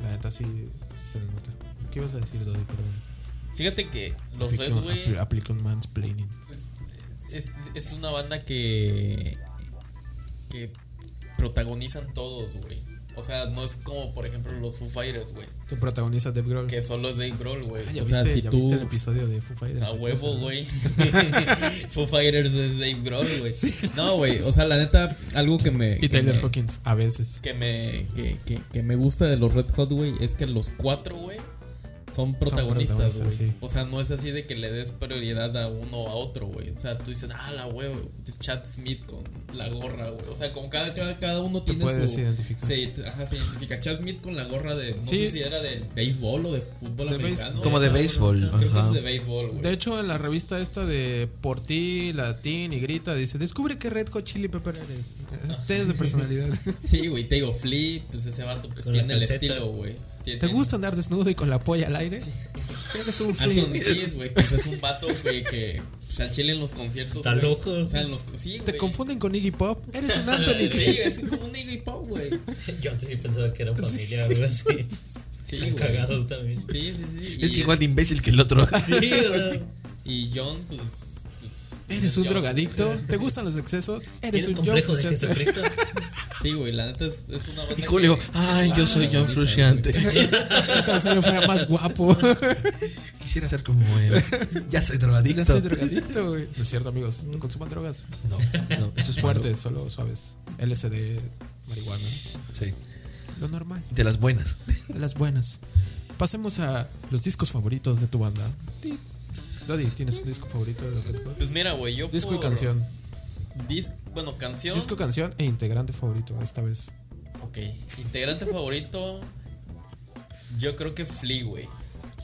E: La neta sí se le nota. ¿Qué ibas a decir, Dodi? Perdón.
A: Fíjate que los
E: Apliqué
A: Red,
E: un-
A: güey,
E: apl- apliqué un mansplaining.
A: es, es- es una banda que. que protagonizan todos, güey. O sea, no es como, por ejemplo, los Foo Fighters, güey.
E: Que protagoniza Dave Grohl.
A: Que solo es Dave Grohl, güey.
E: Ah, ya
A: o
E: viste,
A: sea, si
E: ya
A: tú.
E: viste el episodio de Foo Fighters.
A: A
E: esa
A: huevo,
E: cosa.
A: güey. Foo Fighters es Dave Grohl, güey. No, güey. O sea, la neta, algo que me.
E: Y
A: que
E: Taylor
A: me-
E: Hawkins, a veces.
A: que me, que, que- que me gusta de los Red Hot, güey, es que los cuatro, güey, son protagonistas, güey.
E: protagonistas, sí.
A: O sea, no es así de que le des prioridad a uno o a otro, güey. O sea, tú dices, ah, la huevo, es Chad Smith con la gorra, güey. O sea, como cada, cada, cada uno tiene
E: puedes
A: su.
E: identificar.
A: Se, ajá, se identifica. Chad Smith con la gorra de. No
E: Sí.
A: sé si era de béisbol o de fútbol
E: De béis-
A: americano.
C: Como de béisbol,
A: Creo que
C: ajá.
A: es de béisbol, güey.
E: De hecho, en la revista esta de Por ti, Latín y Grita, dice: Descubre qué Red Hot Chili Pepper eres. Este es de personalidad.
A: Sí, güey, te digo, Flea, pues ese vato pues,
F: Con la
A: tiene el
F: calceta.
A: estilo, güey. Tiene-
E: ¿Te gusta andar desnudo y con la polla al aire? Eres un frío.
A: Anthony Kidd, güey, pues es un vato, güey, que pues, al chile en los conciertos.
F: Está
A: güey.
F: loco.
A: O sea, en los. Sí,
E: Te
A: güey.
E: confunden con Iggy Pop. Eres un
A: Sí,
E: Anthony.
A: güey, es como un Iggy Pop, güey.
F: Yo antes sí pensaba que era familia o algo así.
A: Sí,
F: Están
A: güey.
F: cagados también.
A: Sí, sí, sí.
C: Es
A: y,
C: igual de imbécil que el otro.
F: Sí, o sea,
A: y John, pues. pues,
E: Eres un
A: John.
E: drogadicto. ¿Te gustan los excesos? Eres
F: ¿Tienes
E: un
F: complejo de
E: Joe Frusciante.
F: Jesucristo?
A: Sí, güey, la neta es, es una banda.
C: Y Julio,
A: que-
C: ay, yo soy John Frusciante.
E: Si tan solo fuera más guapo.
C: Quisiera ser como él. Ya soy drogadicto.
E: Ya soy drogadicto, güey. No es cierto, amigos. No consuman drogas.
C: No, no, eso es fuerte.
E: Fuertes, solo suaves. LSD, marihuana.
C: Sí,
E: Lo normal.
C: de las buenas.
E: De las buenas. Pasemos a los discos favoritos de tu banda. Ti. Dodi, ¿tienes un disco favorito de Red Hot?
A: Pues mira, güey, yo.
E: Disco y
A: por-
E: canción.
A: Dis, bueno, canción.
E: Disco, canción e integrante favorito esta vez.
A: Ok. Integrante favorito. Yo creo que Flea, güey.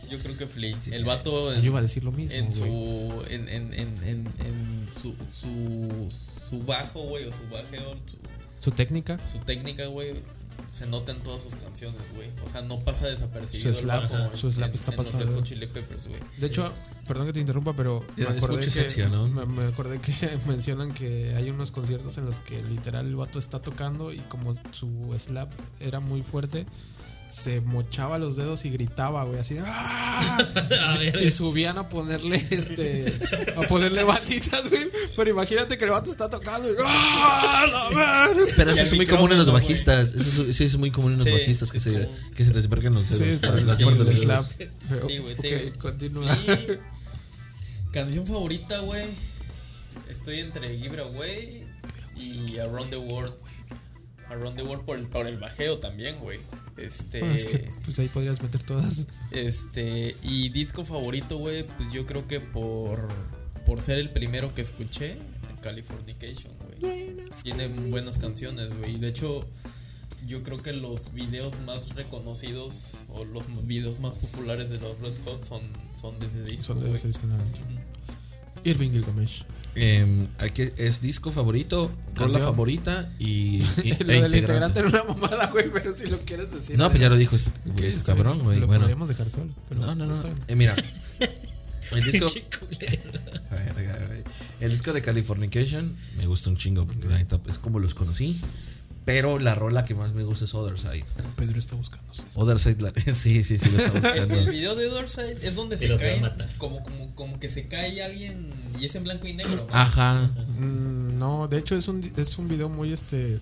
A: Yo creo que Flea. El vato.
E: Yo iba a decir lo mismo,
A: en
E: güey.
A: su en, en, en, en, en su, su, su bajo, güey, o su bajeo, su,
E: Su técnica.
A: su técnica, güey, se nota en todas sus canciones, güey. O sea, no pasa desapercibido
E: Su
A: el
E: slap,
A: bajo.
E: ajá,
A: en-
E: su slap
A: en-
E: está
A: en los Red
E: pasado.
A: Hot Chili Peppers, güey.
E: De hecho, perdón que te interrumpa, pero me
C: Ya, es
E: acordé,
C: mucha
E: que,
C: esencia, ¿no?
E: me, me acordé que mencionan que hay unos conciertos en los que literal el vato está tocando y como su slap era muy fuerte, se mochaba los dedos y gritaba, güey, así. ¡ah!
F: A ver,
E: Y subían a ponerle este a ponerle balitas, güey. Pero imagínate que el vato está tocando y ¡ah, la verga!
C: Pero
A: Y
C: eso
A: el
C: es muy común en los
A: micrófono, güey.
C: bajistas. Eso es, sí, es muy común en los
A: Sí,
C: bajistas que
A: es
C: se,
A: común.
C: que se les vergan los
E: Sí,
C: dedos. para
E: pero
C: las
E: sí,
C: cuerdas
E: el
C: de los
E: slap.
C: dedos.
E: Pero,
A: Sí, güey,
E: ok,
A: te digo.
E: continúa.
A: Flea. Canción favorita, güey. Estoy entre Give It Away y Around the World. Around the World por el, por el bajeo también, güey. Este.
E: Bueno, es que, pues ahí podrías meter todas.
A: Este, y disco favorito, güey, pues yo creo que por, por ser el primero que escuché, Californication, güey. Tiene buenas canciones, güey. Y de hecho, yo creo que los videos más reconocidos o los m- videos más populares de los Red Hot son, son de ese disco,
E: Son de
A: güey.
E: ese disco, ¿no? Irving Gilgamesh.
C: Em, aquí es disco favorito, rola
E: Canción.
C: favorita y, y-
E: lo
C: e
E: del integrante era una mamada, güey, pero si lo quieres decir.
C: No, pues ya lo dijo este
E: Ok,
C: güey,
E: está
C: cabrón,
E: bien.
C: güey.
E: Lo
C: Bueno,
E: podríamos dejar solo. Pero
C: no, no, no.
E: está bien.
C: Eh, mira, el disco,
F: Qué culero.
C: Verga, güey. el disco de Californication me gusta un chingo porque la neta es como los conocí. Pero la rola que más me gusta es Other Side.
E: Pedro está buscando. su-
C: Other Side, la- sí, sí, sí, lo está
A: El,
C: buscando.
A: el video de Dorside es donde se
F: los va a
A: cae
F: matar.
A: como, como, como que se cae alguien y es en blanco y negro.
E: Ah.
A: ¿no?
C: Ajá.
E: Mm, no, de hecho es un, es un video muy este.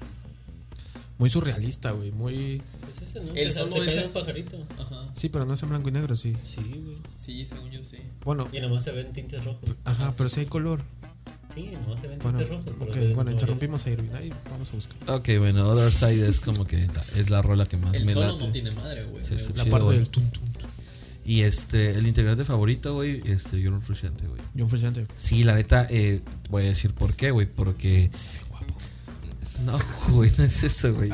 E: Muy surrealista, güey. Muy.
F: Pues ese no.
A: El
F: que se-
A: solo
F: se cae
A: ese-
F: un pajarito.
A: Ajá.
E: Sí, pero no es en blanco y negro, sí.
F: Sí, güey.
A: Sí, según yo sí.
E: Bueno,
F: Y nomás se ven tintes rojos.
E: ajá, pero sí hay color.
F: Sí, nomás se ven
E: Bueno,
F: tintes rojos. pero
E: ok,
F: que-
E: bueno
F: no,
E: interrumpimos a Irving. Ahí vamos a buscar.
C: Ok, bueno, Other Side es como que ta- es la rola que más
A: El
C: me
A: solo
C: late.
A: no tiene madre, güey.
C: Sí, sí,
E: La
C: sí,
E: parte
C: güey.
E: del tum tum. tum.
C: Y este, el integrante favorito, güey, este, John Frusciante, güey.
E: John Frusciante.
C: Sí, la neta, eh, voy a decir por qué, güey, porque...
E: Está bien guapo.
C: No, güey, no es eso, güey.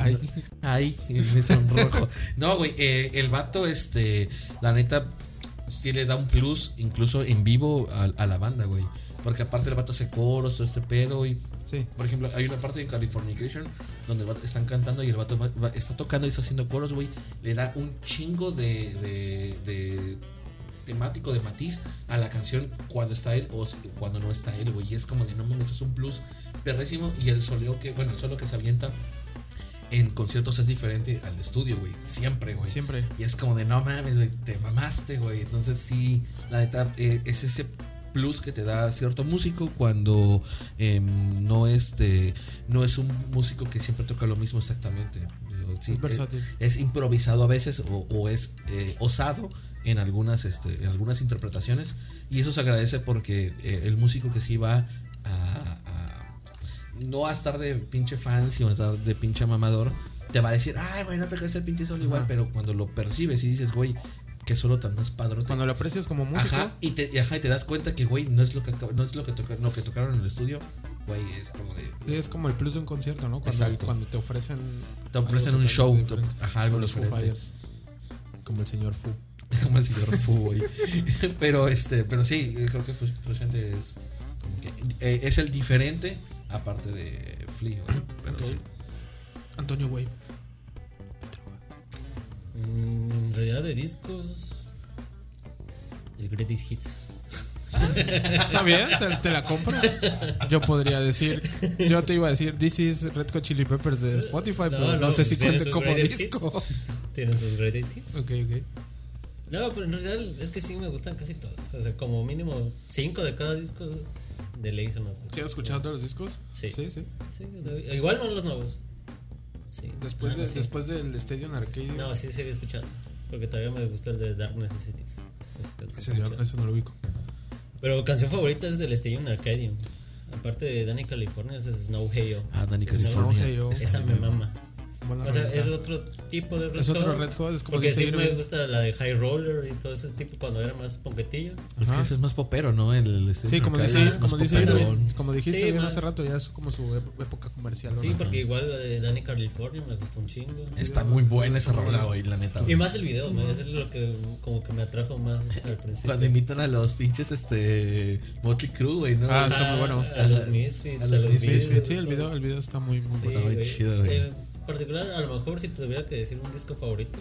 C: Ay, me sonrojo. No, güey, eh, el vato, este, la neta, sí le da un plus, incluso en vivo, a, a la banda, güey. Porque aparte el vato hace coros, todo este pedo, y
E: Sí.
C: por ejemplo, hay una parte de Californication donde el vato- están cantando y el vato va- va- está tocando y está haciendo coros, güey. Le da un chingo de, de- de temático, de matiz a la canción cuando está él o si- cuando no está él, güey. Y es como de no mames, es un plus perrísimo. Y el soleo que, bueno, el solo que se avienta en conciertos es diferente al de estudio, güey. Siempre, güey.
E: Siempre.
C: Y es como de no mames, güey, te mamaste, güey. Entonces sí, la neta, eh, es ese plus que te da cierto músico cuando em, no este no es un músico que siempre toca lo mismo exactamente. Digo, sí, eh,
E: Es versátil.
C: Es, improvisado a veces o, o es eh, osado en algunas, este, en algunas interpretaciones. Y eso se agradece porque eh, el músico que sí va a- a no a estar de pinche fan, sino a estar de pinche mamador, te va a decir, ay, güey, no te crees el pinche solo igual, pero cuando lo percibes y dices, güey, Qué solo tan más padrote.
E: Cuando lo aprecias como músico,
C: Ajá, y te, y ajá, y te das cuenta que, güey, no es lo que acaba- no es lo que, toca- lo que tocaron en el estudio, güey, es como de
E: es como el plus de un concierto, ¿no? Cuando,
C: Exacto.
E: cuando te ofrecen.
C: te ofrecen
E: algo
C: un
E: totalmente
C: show, te-
E: diferente.
C: ajá, algo
E: Como los Foo
C: diferente.
E: Fighters. Como el señor Fu.
C: como el señor Fu, güey. pero este, pero sí, yo creo que Fus- Frusciante es como que, eh, es el diferente aparte de Flea, güey, pero sí.
E: Antonio Wave.
F: Mm, en realidad de discos. El Greatest Hits.
E: Está bien, te, te la compro. Yo podría decir, yo te iba a decir, This is Red Hot Chili Peppers de Spotify, pero no, sé si
F: tiene
E: cuente
F: sus
E: como
F: greatest
E: disco.
F: hits. Tienen sus greatest hits.
E: Ok, ok.
F: No, pero en realidad es que sí me gustan casi todos. O sea, como mínimo cinco de cada disco de ley se me ocurren.
E: ¿Sí has escuchado todos los discos?
F: Sí.
E: Sí, sí.
F: Sí, o sea, igual no los nuevos. Sí.
E: Después,
F: Ah,
E: de-
F: sí.
E: después del Stadium Arcade.
F: No, sí se había escuchado. Porque todavía me gusta el de Dark Necessities. Esa canción
E: Ese
F: me
E: yo-
F: gusta.
E: ese no lo ubico.
F: Pero canción favorita es del Stadium Arcadium. Aparte de Danny California, es Snow Hail.
C: Ah, Danny
F: Snow
C: California.
F: Hail,
E: Snow Hail.
F: Esa me mama.
E: Buena
F: O sea,
E: rolita.
F: es otro tipo de Red
E: Ah, Es otro
F: Hot,
E: Red Hot, es como
F: Porque
E: dice
F: sí me
E: Irving.
F: gusta la de High Roller y todo ese tipo cuando eran más ponquetillos.
C: Es que ese es más popero, ¿no? El, el- este, el-
E: Sí, como,
C: acá
E: dice,
C: es más
E: como, dice
C: popero.
E: Irving, como dijiste
F: Sí,
E: bien
F: más.
E: hace rato, ya es como su ep- época comercial. ¿no?
F: Sí, porque igual la de Danny California me gusta un chingo.
C: Está muy buena esa rola, güey, la neta.
F: Y
C: güey.
F: más el video, me- es lo que como que me atrajo más al principio.
C: Cuando invitan a los pinches este Motley Crue, güey, ¿no?
E: Ah, está muy bueno.
F: A los Misfits, a
C: los
F: los,
C: Misfits,
F: Beatles,
E: Sí, el video, el video está muy, muy
F: Sí,
C: Está muy
F: güey.
C: chido, güey.
F: En particular, a lo mejor si tuviera que decir un disco favorito,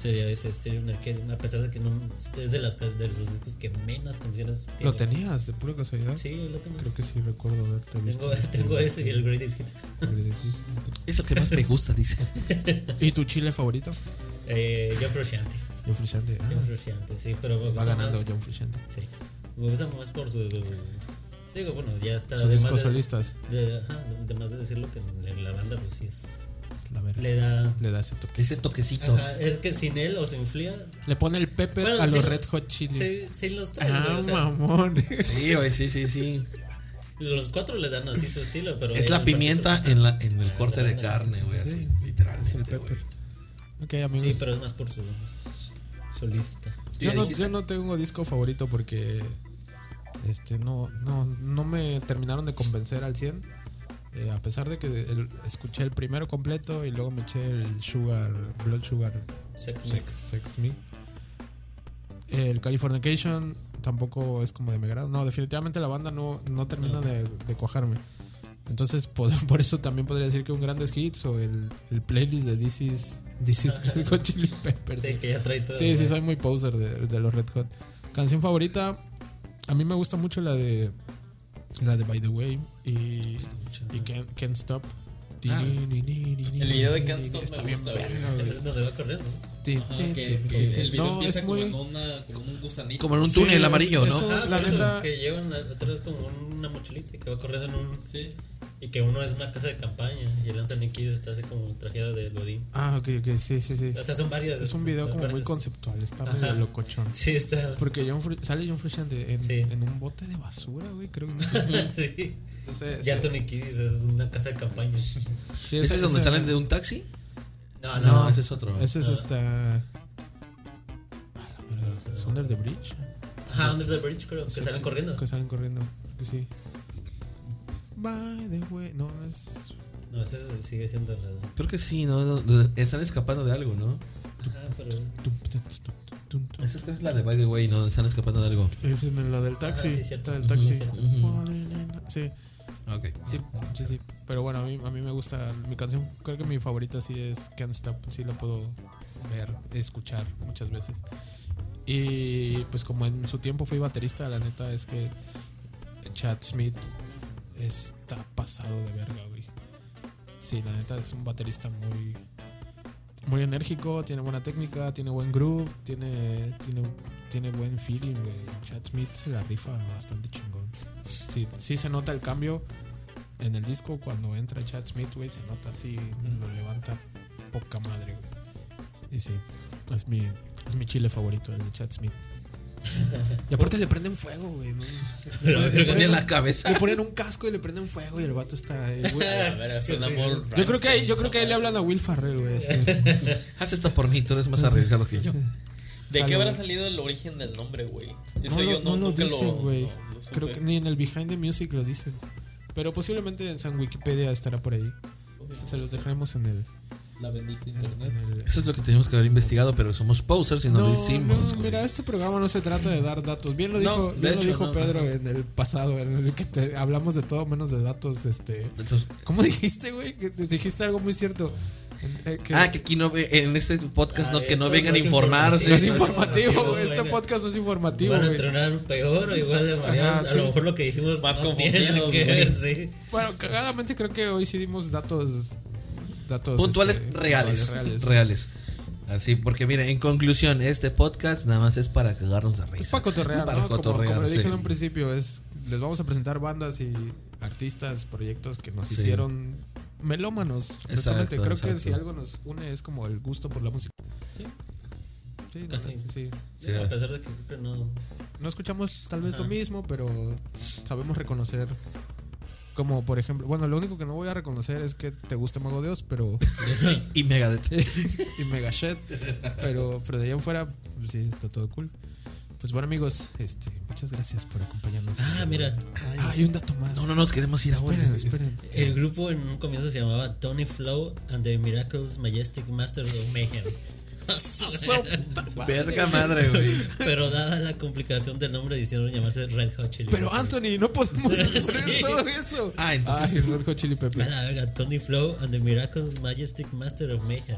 F: sería ese Stereo Arcade. A pesar de que no es de, las, ca- de los discos que menos canciones tiene.
E: ¿Lo tenías de pura casualidad?
F: Sí, lo tengo.
E: Creo que sí, recuerdo haberte visto.
F: Tengo, tengo ese y el Greatest Hits.
C: Es lo que más me gusta, dice.
E: ¿Y tu chile favorito?
F: Eh, John Frusciante.
E: John Frusciante. Ah,
F: John Frusciante, sí, pero me
E: va
F: gusta
E: ganando
F: más.
E: John Frusciante.
F: Sí. Me gusta más por su. Digo, bueno, ya está.
E: Sus
F: además
E: discos
F: de-
E: solistas.
F: de- ajá, además de decirlo que en en la banda, pues sí es.
E: Es la verga.
F: Le da.
E: Le da ese toque.
C: Ese toquecito.
F: Ajá, es que sin él o sin Flia.
E: Le pone el pepper
F: Bueno,
E: a
F: sí
E: los
F: lo-
E: Red Hot Chili.
F: Sí, sí los tres, güey,
E: Ah,
F: o sea,
E: mamón.
C: Sí, güey, sí, sí, sí.
F: Los cuatro les dan así su estilo, pero.
C: Es
F: él
C: la
F: en
C: pimienta en, la, en el corte de
F: la-
C: carne, güey, así, literalmente, güey.
E: ok, amigos.
F: particular. Sí, pero es más por su solista.
E: yo,
C: Ya
E: no,
C: dijiste.
E: yo no tengo disco favorito porque este no, no, no me terminaron de convencer al 100. Eh, a pesar de que el- escuché el primero completo y luego me eché el Sugar, Blood Sugar
F: Sex
E: Sex,
F: Mix.
E: Sex Me. El Californication tampoco es como de mi grado. No, definitivamente la banda no, no termina de, de cuajarme. Entonces, por, por eso también podría decir que un Grandes Hits o el, el playlist de This is, This is Red Hot Chili Peppers.
F: Sí, que ya trae todo.
E: Sí, sí,
F: güey.
E: soy muy poser de, de los Red Hot. Canción favorita, a mí me gusta mucho la de la de By the Way y, y Can't, Can't Stop.
A: Ah, El video de Can't Stop me gusta, güey.
E: verga, güey.
F: Es donde va corriendo.
E: Tin,
A: Ajá,
E: tin,
A: que,
E: tin,
A: que
E: tin.
A: el video
E: No,
A: empieza
E: es
A: como,
E: muy-
A: en una, como en un gusanito.
C: Como en un
E: Sí,
C: túnel
E: es-
C: amarillo,
E: eso-
C: ¿no?
F: Ah,
E: La
F: por eso,
E: neta-
F: que llevan a- atrás como una mochilita y que va corriendo en un. Y que uno es una casa de campaña y el Anthony Kidd está así como trajeado de Godín.
E: Ah, ok, ok, sí, sí, sí.
F: O sea, son varias.
E: Es un video como muy
F: partes.
E: conceptual, está
F: Ajá.
E: medio locochón.
F: Sí, está.
E: Porque John Fru- sale John Frusciante en,
F: Sí.
E: en un bote de basura, güey, creo que no sé.
F: sí.
E: Entonces,
F: Y Anthony Kidd es una casa de campaña.
E: sí,
C: ¿Ese es donde
E: ese-
C: salen de un taxi?
F: No, no.
C: No, ese es otro.
E: Ese es esta. Ah, la verga, ¿Son del The Bridge?
F: Ajá, Under the Bridge, creo que salen corriendo.
E: Que salen corriendo, creo que sí. By the way, no, no es.
F: No, ese sigue siendo la.
C: Creo que sí, ¿no? No, Están escapando de algo, ¿no?
F: Ajá, pero.
E: tum, tum, tum, tum, tum.
C: Esa creo que es la de By the Way, ¿no? Están escapando de algo.
E: Ese es la del taxi.
F: Ah, sí, cierto.
E: la del taxi.
F: Ujú, cierto.
E: Sí.
C: Ok.
E: Sí, sí, sí. Pero bueno, a mí, a mí me gusta mi canción. Creo que mi favorita sí es Can't Stop. Sí la puedo ver, escuchar muchas veces. Y pues como en su tiempo fui baterista, la neta es que Chad Smith está pasado de verga, güey. Sí, la neta es un baterista muy muy enérgico, tiene buena técnica, tiene buen groove, tiene tiene tiene buen feeling, güey. Chad Smith se la rifa bastante chingón. Sí, sí se nota el cambio en el disco cuando entra Chad Smith, güey, se nota así, lo levanta poca madre, güey. Y sí, es mi, es mi chile favorito, el de Chad Smith. Y aparte le prenden fuego, güey. ¿no?
C: Le ponían la cabeza.
E: Le ponen un casco y le prenden fuego y el vato está. el güey-
F: A ver, es un amor.
E: yo creo que ahí, yo creo que ahí le hablan a Will Farrell, güey. así.
C: Haz esto por mí, tú eres más arriesgado que yo.
A: ¿De qué
E: Halloween.
A: habrá salido el origen del nombre, güey?
E: No,
A: Eso
E: lo-
A: yo
E: no lo
A: nunca
E: dicen, güey.
A: no, lo supe.
E: Creo que ni en el Behind the Music lo dicen. Pero posiblemente en San Wikipedia estará por ahí. Se los dejaremos en el.
A: La bendita
E: en-
A: internet.
E: en el-
C: Eso es lo que tenemos que haber investigado, pero somos posers y no,
E: No,
C: lo hicimos,
E: no,
C: güey.
E: mira, este programa no se trata de dar datos. Bien lo dijo,
C: No, de
E: bien lo
C: hecho,
E: dijo
C: no.
E: Pedro en el pasado, en el que te- hablamos de todo menos de datos. Este,
C: Entonces,
E: ¿Cómo dijiste, güey? Que te- dijiste algo muy cierto. En- eh, que-
C: ah, que aquí no ve- en este podcast
F: Ah,
C: no, que no
F: esto
C: vengan a
F: no es
C: informarse.
E: no es
F: sí,
E: informativo,
F: no,
E: güey, Este
F: bueno.
E: podcast no es informativo,
F: Van a
E: güey.
F: entrenar peor o igual de mañana.
E: Ajá,
F: a
E: sí.
F: lo mejor lo que dijimos
A: Más
F: no tiene
A: confundidos,
F: que
A: güey.
F: ver, sí.
E: Bueno, cagadamente creo que hoy sí dimos datos. datos
C: puntuales
E: este,
C: reales,
E: puntuales,
C: reales. Así, porque mira, en conclusión, este podcast nada más es para cagarnos de risa.
E: Es para cotorrear,
C: Para
E: ¿no? Como-
C: cotorrear,
E: como, le dije
C: sí.
E: en un principio, es les vamos a presentar bandas y artistas, proyectos que nos
C: Sí.
E: hicieron melómanos. honestamente.
C: Exacto,
E: creo que
C: exacto.
E: si algo nos une es como el gusto por la música.
F: Sí.
E: Sí,
F: Casi.
E: no, sí, sí.
C: Sí.
F: A pesar de que creo que no.
E: No escuchamos tal vez lo mismo, pero sabemos reconocer. Como por ejemplo, bueno, lo único que no voy a reconocer es que te gusta Mago Dios, pero.
C: Y Megadeth.
E: y Megashed. Pero, pero de allá en fuera, pues, sí, está todo cool. Pues bueno, amigos, este, muchas gracias por acompañarnos.
F: Ah, mira.
E: Ay, hay un dato más.
C: No, no nos queremos
E: Ah,
C: ir ahora.
E: Esperen, esperen.
F: El grupo en un comienzo se llamaba Tony Flow and the Miracles Majestic Masters of Mayhem.
C: Verga madre, güey.
F: Pero dada la complicación del nombre decidieron llamarse Red Hot Chili
E: Pero
F: Peppers.
E: Anthony, no podemos poner
F: Sí.
E: todo eso.
C: Ah, entonces-
E: Ay, Red Hot Chili
F: A
E: Peppers.
F: la verga, Tony Flow and the Miracles Majestic Master of Mayhem.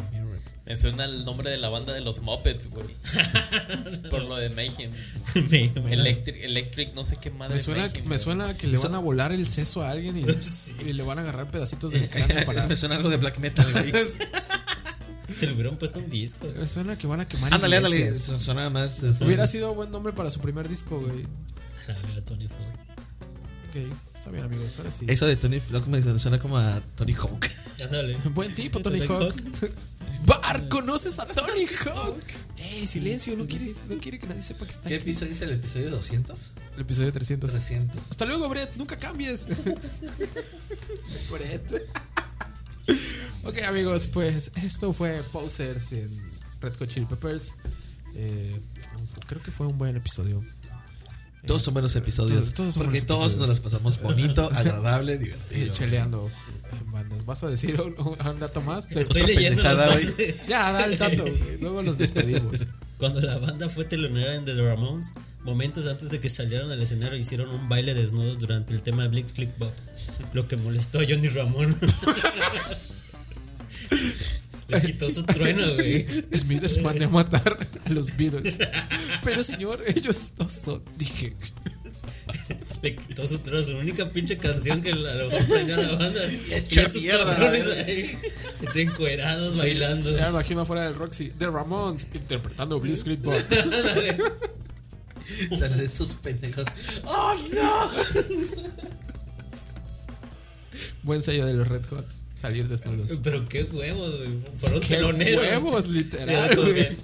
A: Me suena el nombre de la banda de los Muppets, güey. Por lo de Mayhem.
F: Mayhem.
A: Electric, electric no sé qué madre.
E: Me suena,
A: Mayhem,
E: me
A: güey.
E: suena que le van a volar el seso a alguien y, y le van a agarrar pedacitos del
C: Me
E: cráneo para.
C: suena algo de black metal, güey.
F: Se le hubieran puesto un disco.
E: Me suena que van a quemar.
C: Ah, ándale, ándale.
E: iglesias.
C: Su- Suena más. suena-
E: Hubiera sido buen nombre para su primer disco, güey.
F: A la verga, Tony Flow.
E: Ok, está bien, amigos, ahora sí.
C: Eso de Tony Flock me suena como a Tony Hawk.
F: Ándale.
E: Buen tipo, Tony
F: Tony
E: Hawk. Bar, ¿conoces a Tony Hawk? Eh, silencio, no quiere, no quiere que nadie sepa que está
C: ¿Qué
E: aquí.
C: episodio dice el episodio 200?
E: El episodio 300.
C: 300.
E: Hasta luego, Brett, nunca cambies. Brett. ok, amigos, pues esto fue Posers en Red Hot Chili Peppers. Eh, creo que fue un buen episodio.
C: Todos son buenos episodios.
E: todos- todos son
C: porque
E: buenos
C: todos nos
E: episodios.
C: los pasamos bonito, agradable, divertido.
E: Eh, Cheleando. ¿Nos vas a decir un, un dato más? Te-
F: Estoy leyendo los
C: pendejada,
F: dos.
E: Ya, da el dato. güey. Luego los despedimos.
F: Cuando la banda fue telonera en The Ramones, momentos antes de que salieran al escenario hicieron un baile desnudos durante el tema Blitzkrieg Bob, lo que molestó a Johnny Ramón. Le quitó su trueno, güey.
E: Smith les mandó a matar a los Beatles. Pero señor, ellos no son. Dije.
F: Le quitó su trozo, su única pinche canción que a lo mejor tenía la banda. Y
C: hecho
F: estos
C: mierda,
F: cabrones ahí, de encuerados, bailando.
E: Ya me imagino afuera del Roxy. De Ramones interpretando Blitzkrieg Bob.
F: Ándale.
C: Salen estos pendejos. ¡Oh, no!
E: Buen sello de los Red Hot. Salir desnudos.
F: Pero qué huevos, güey. Fueron
E: ¡Qué
F: teloneros.
E: huevos,
F: Ya,
E: literal,
F: como que,
E: güey!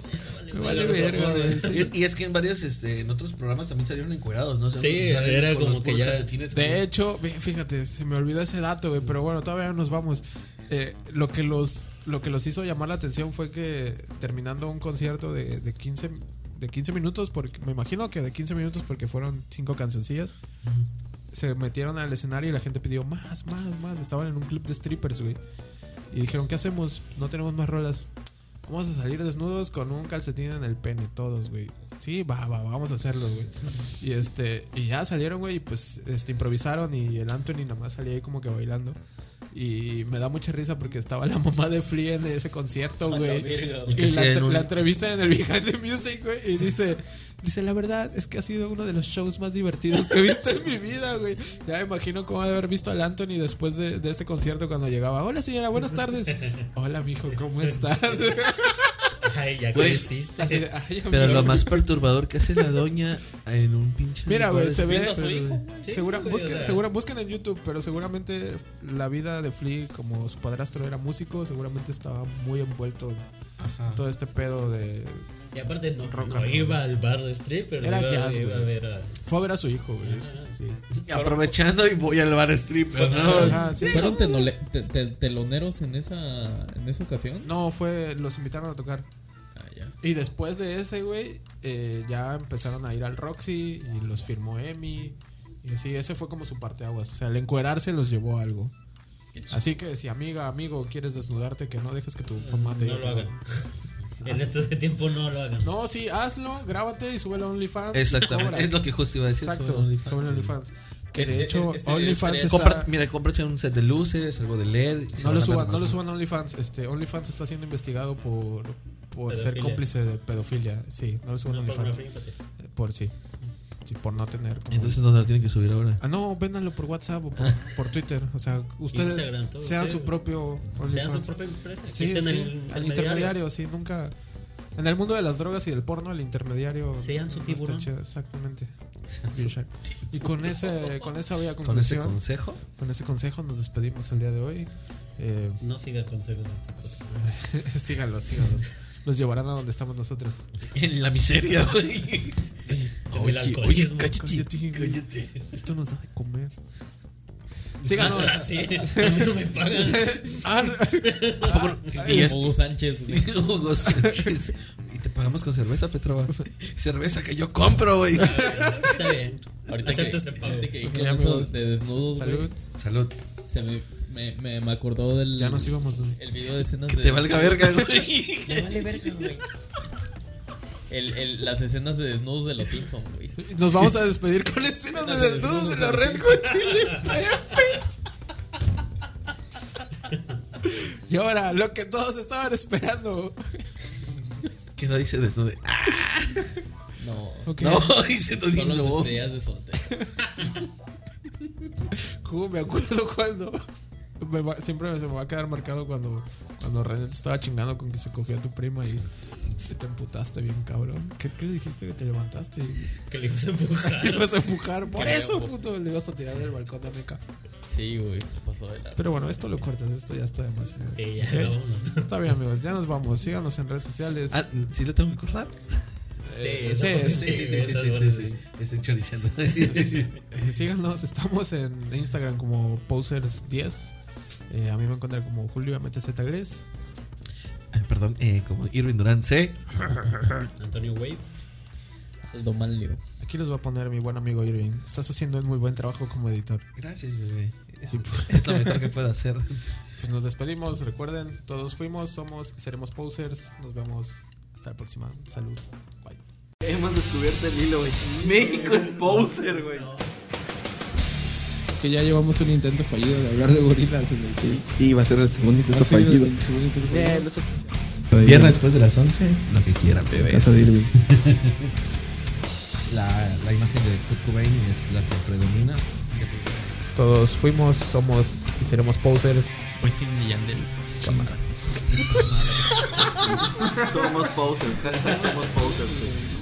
F: "Vale,
E: Me
F: vale,
E: vale
F: los
E: verga,
F: Ramones".
E: güey. Sí.
C: Y, y es que en varios, este, en otros programas también salieron encuerados, ¿no?
F: Sí,
C: Salen
F: era
C: con
F: como
C: los
F: que
C: puros
F: ya-
C: calcetines,
E: De
C: güey.
E: hecho, ve, fíjate, se me olvidó ese dato, güey, pero bueno, todavía nos vamos. Eh, lo, que los, lo que los hizo llamar la atención fue que terminando un concierto de, de 15, de 15 minutos, porque me imagino que de 15 minutos porque fueron cinco cancioncillas, se metieron al escenario y la gente pidió más, más, más. Estaban en un club de strippers, güey. Y dijeron, ¿qué hacemos? No tenemos más rolas. Vamos a salir desnudos con un calcetín en el pene, todos, güey. Sí, va, va, vamos a hacerlo, güey. Y este, y ya salieron, güey, y pues este, improvisaron y el Anthony nomás salía ahí como que bailando. Y me da mucha risa porque estaba la mamá de Flea en ese concierto, güey.
A: verga,
E: Y la,
C: hacían
E: entre-
C: un-
E: la entrevista en el Behind the Music, güey. Y dice, dice, la verdad es que ha sido uno de los shows más divertidos que he visto en mi vida, güey. Ya me imagino cómo ha de haber visto al Anthony después de, de ese concierto cuando llegaba. Hola señora, buenas tardes. Hola mijo, ¿cómo estás?
F: Ay, ya
C: Güey,
F: creciste.
E: Así de, "Ay,
C: Pero
E: amigo".
C: lo más perturbador que hace la doña en un pinche.
E: Mira, güey, se ve.
A: viendo a su hijo.
F: Sí,
E: segura-
F: güey,
E: busquen,
F: o sea.
E: segura- busquen en YouTube, pero seguramente la vida de Flea, como su padrastro era músico, seguramente estaba muy envuelto en todo este pedo de.
F: Y aparte no, no iba al bar de stripper,
E: Era
F: iba,
E: jazz,
F: iba a
E: güey.
F: ver a...
E: Fue a ver a su hijo, güey. sí.
C: Aprovechando y voy al bar stripper, ¿no?
E: Ajá, sí.
A: ¿Fueron telole- te- te- teloneros en esa, en esa ocasión?
E: No, fue. Los invitaron a tocar.
A: Ah, ya.
E: Y después de ese, güey, eh, ya empezaron a ir al Roxy y los firmó Emi. Y así, ese fue como su parteaguas. O sea, el encuerarse los llevó a algo.
A: Qué chido.
E: Así que si amiga, amigo, quieres desnudarte, que no dejes que tu mamá te
F: No
E: lleve,
F: lo
E: güey.
F: hagan. En este tiempo no lo hagan.
E: No, sí, hazlo, grábate y súbelo a OnlyFans. y
C: Exactamente,
E: cobra.
C: es lo que justo iba a decir.
E: Exacto,
C: sobre OnlyFans,
E: sobre
C: sí.
E: OnlyFans. Que
A: Este-
E: de hecho,
A: este
E: OnlyFans
A: estaría-
E: está...
C: Compra- mira, cómprate un set de luces, algo de LED. y se
E: No
C: van
E: lo
C: a
E: suban,
C: ver
E: no lo
C: más.
E: suban a OnlyFans. Este, OnlyFans está siendo investigado por, por ser
F: Pedofilia.
E: cómplice de pedofilia. Sí, no lo suban a
F: No,
E: OnlyFans.
F: pornografía infantil.
E: Eh, Por sí. Sí, por no tener como-
C: Entonces, ¿dónde lo tienen que subir ahora?
E: Ah, no, véndanlo por WhatsApp o por, por Twitter. O sea, ustedes
F: Instagram, todo
E: sean
F: usted,
E: su
F: güey.
E: propio
F: Sean su
E: OnlyFans.
F: propia empresa.
E: Sí,
F: quiten
E: sí, al
F: el intermediario.
E: intermediario, sí, nunca. En el mundo de las drogas y del porno, el intermediario.
F: Sean su
E: no está
F: tiburón.
E: chido, Exactamente. Y con ese, con esa voy a
C: Con ese
E: conclusión. Con ese,
C: consejo.
E: consejo nos despedimos el día de hoy. Eh,
F: No siga consejos de esta cosa.
E: síganlos, síganlos. Los llevarán a donde estamos nosotros.
C: En la miseria, güey.
F: Como el alcoholismo.
E: Cállate, cállate. Esto nos da de comer. Síganos.
F: Ah, sí. A mí no me pagan.
E: Ah,
C: Y es-
A: Hugo Sánchez, güey.
C: Hugo Sánchez. Y te pagamos con cerveza, Petrova. Cerveza que yo compro, güey.
F: Está bien.
A: Ahorita
F: Acepto ese
A: que,
F: pago.
A: ahorita que
E: Ok,
A: con eso
E: amigos.
A: de desnudos, güey,
E: Salud.
C: Salud.
A: Se me, me, me, me acordó del
E: Ya nos íbamos, güey.
A: el video de escenas de
C: Te valga verga, güey.
A: Me vale verga, güey. El, el, las escenas de desnudos de los Simpsons, güey.
E: Nos vamos a despedir con este, escenas de desnudos de la Red Hot Chili Peppers. Y ahora, lo que todos estaban esperando.
C: Que no dice desnude. Ah,
A: No.
E: Ok.
C: no, dice no dice
A: Son las
C: no.
A: despedidas de soltero.
E: ¿Cómo me acuerdo cuando? me va- siempre se me va a quedar marcado cuando, cuando René te estaba chingando con que se cogió a tu prima y te emputaste bien, cabrón. ¿Qué, qué le dijiste que te levantaste? Y
F: Que le ibas a empujar.
E: le ibas a empujar. Por eso, puto, le ibas a tirar del balcón de Meca.
A: Sí, güey. Se pasó de la.
E: Pero bueno, esto lo cortas, esto ya está demasiado.
F: Sí, ya,
E: ¿Ok?
F: vámonos.
E: Está bien, amigos, ya nos vamos. Síganos en redes sociales.
C: Ah, ¿sí lo tengo que cortar?
F: Sí,
E: sí,
F: esa
E: sí,
F: parte sí, esa parte sí.
C: Estoy choriciando.
E: Eh, Síganos, estamos en Instagram como Posers10. Eh, a mí me encuentran como Julio MTZ Gres.
C: Ay, Perdón, eh, como Irving Durán C.
F: Antonio Wave.
A: Aldo Manlio.
E: Aquí les voy a poner mi buen amigo Irving. Estás haciendo un muy buen trabajo como editor.
C: Gracias, bebé. Es, es lo mejor que puedo hacer.
E: Pues nos despedimos, recuerden, todos fuimos, somos y seremos Posers. Nos vemos hasta la próxima. Salud. Bye.
I: Hemos descubierto el hilo, güey. México es poser, güey.
B: Que ya llevamos un intento fallido de hablar de gorilas en el sí.
D: Y va a ser el segundo
B: Ha sido el segundo intento fallido.
D: Viernes después de las 11, lo que quieran, bebés. La, la imagen de Kurt Cobain es la que predomina.
E: Todos fuimos, somos y seremos Posers.
A: Wisin y Yandel. Cámaras.
I: Somos posers, hashtag somos posers, güey.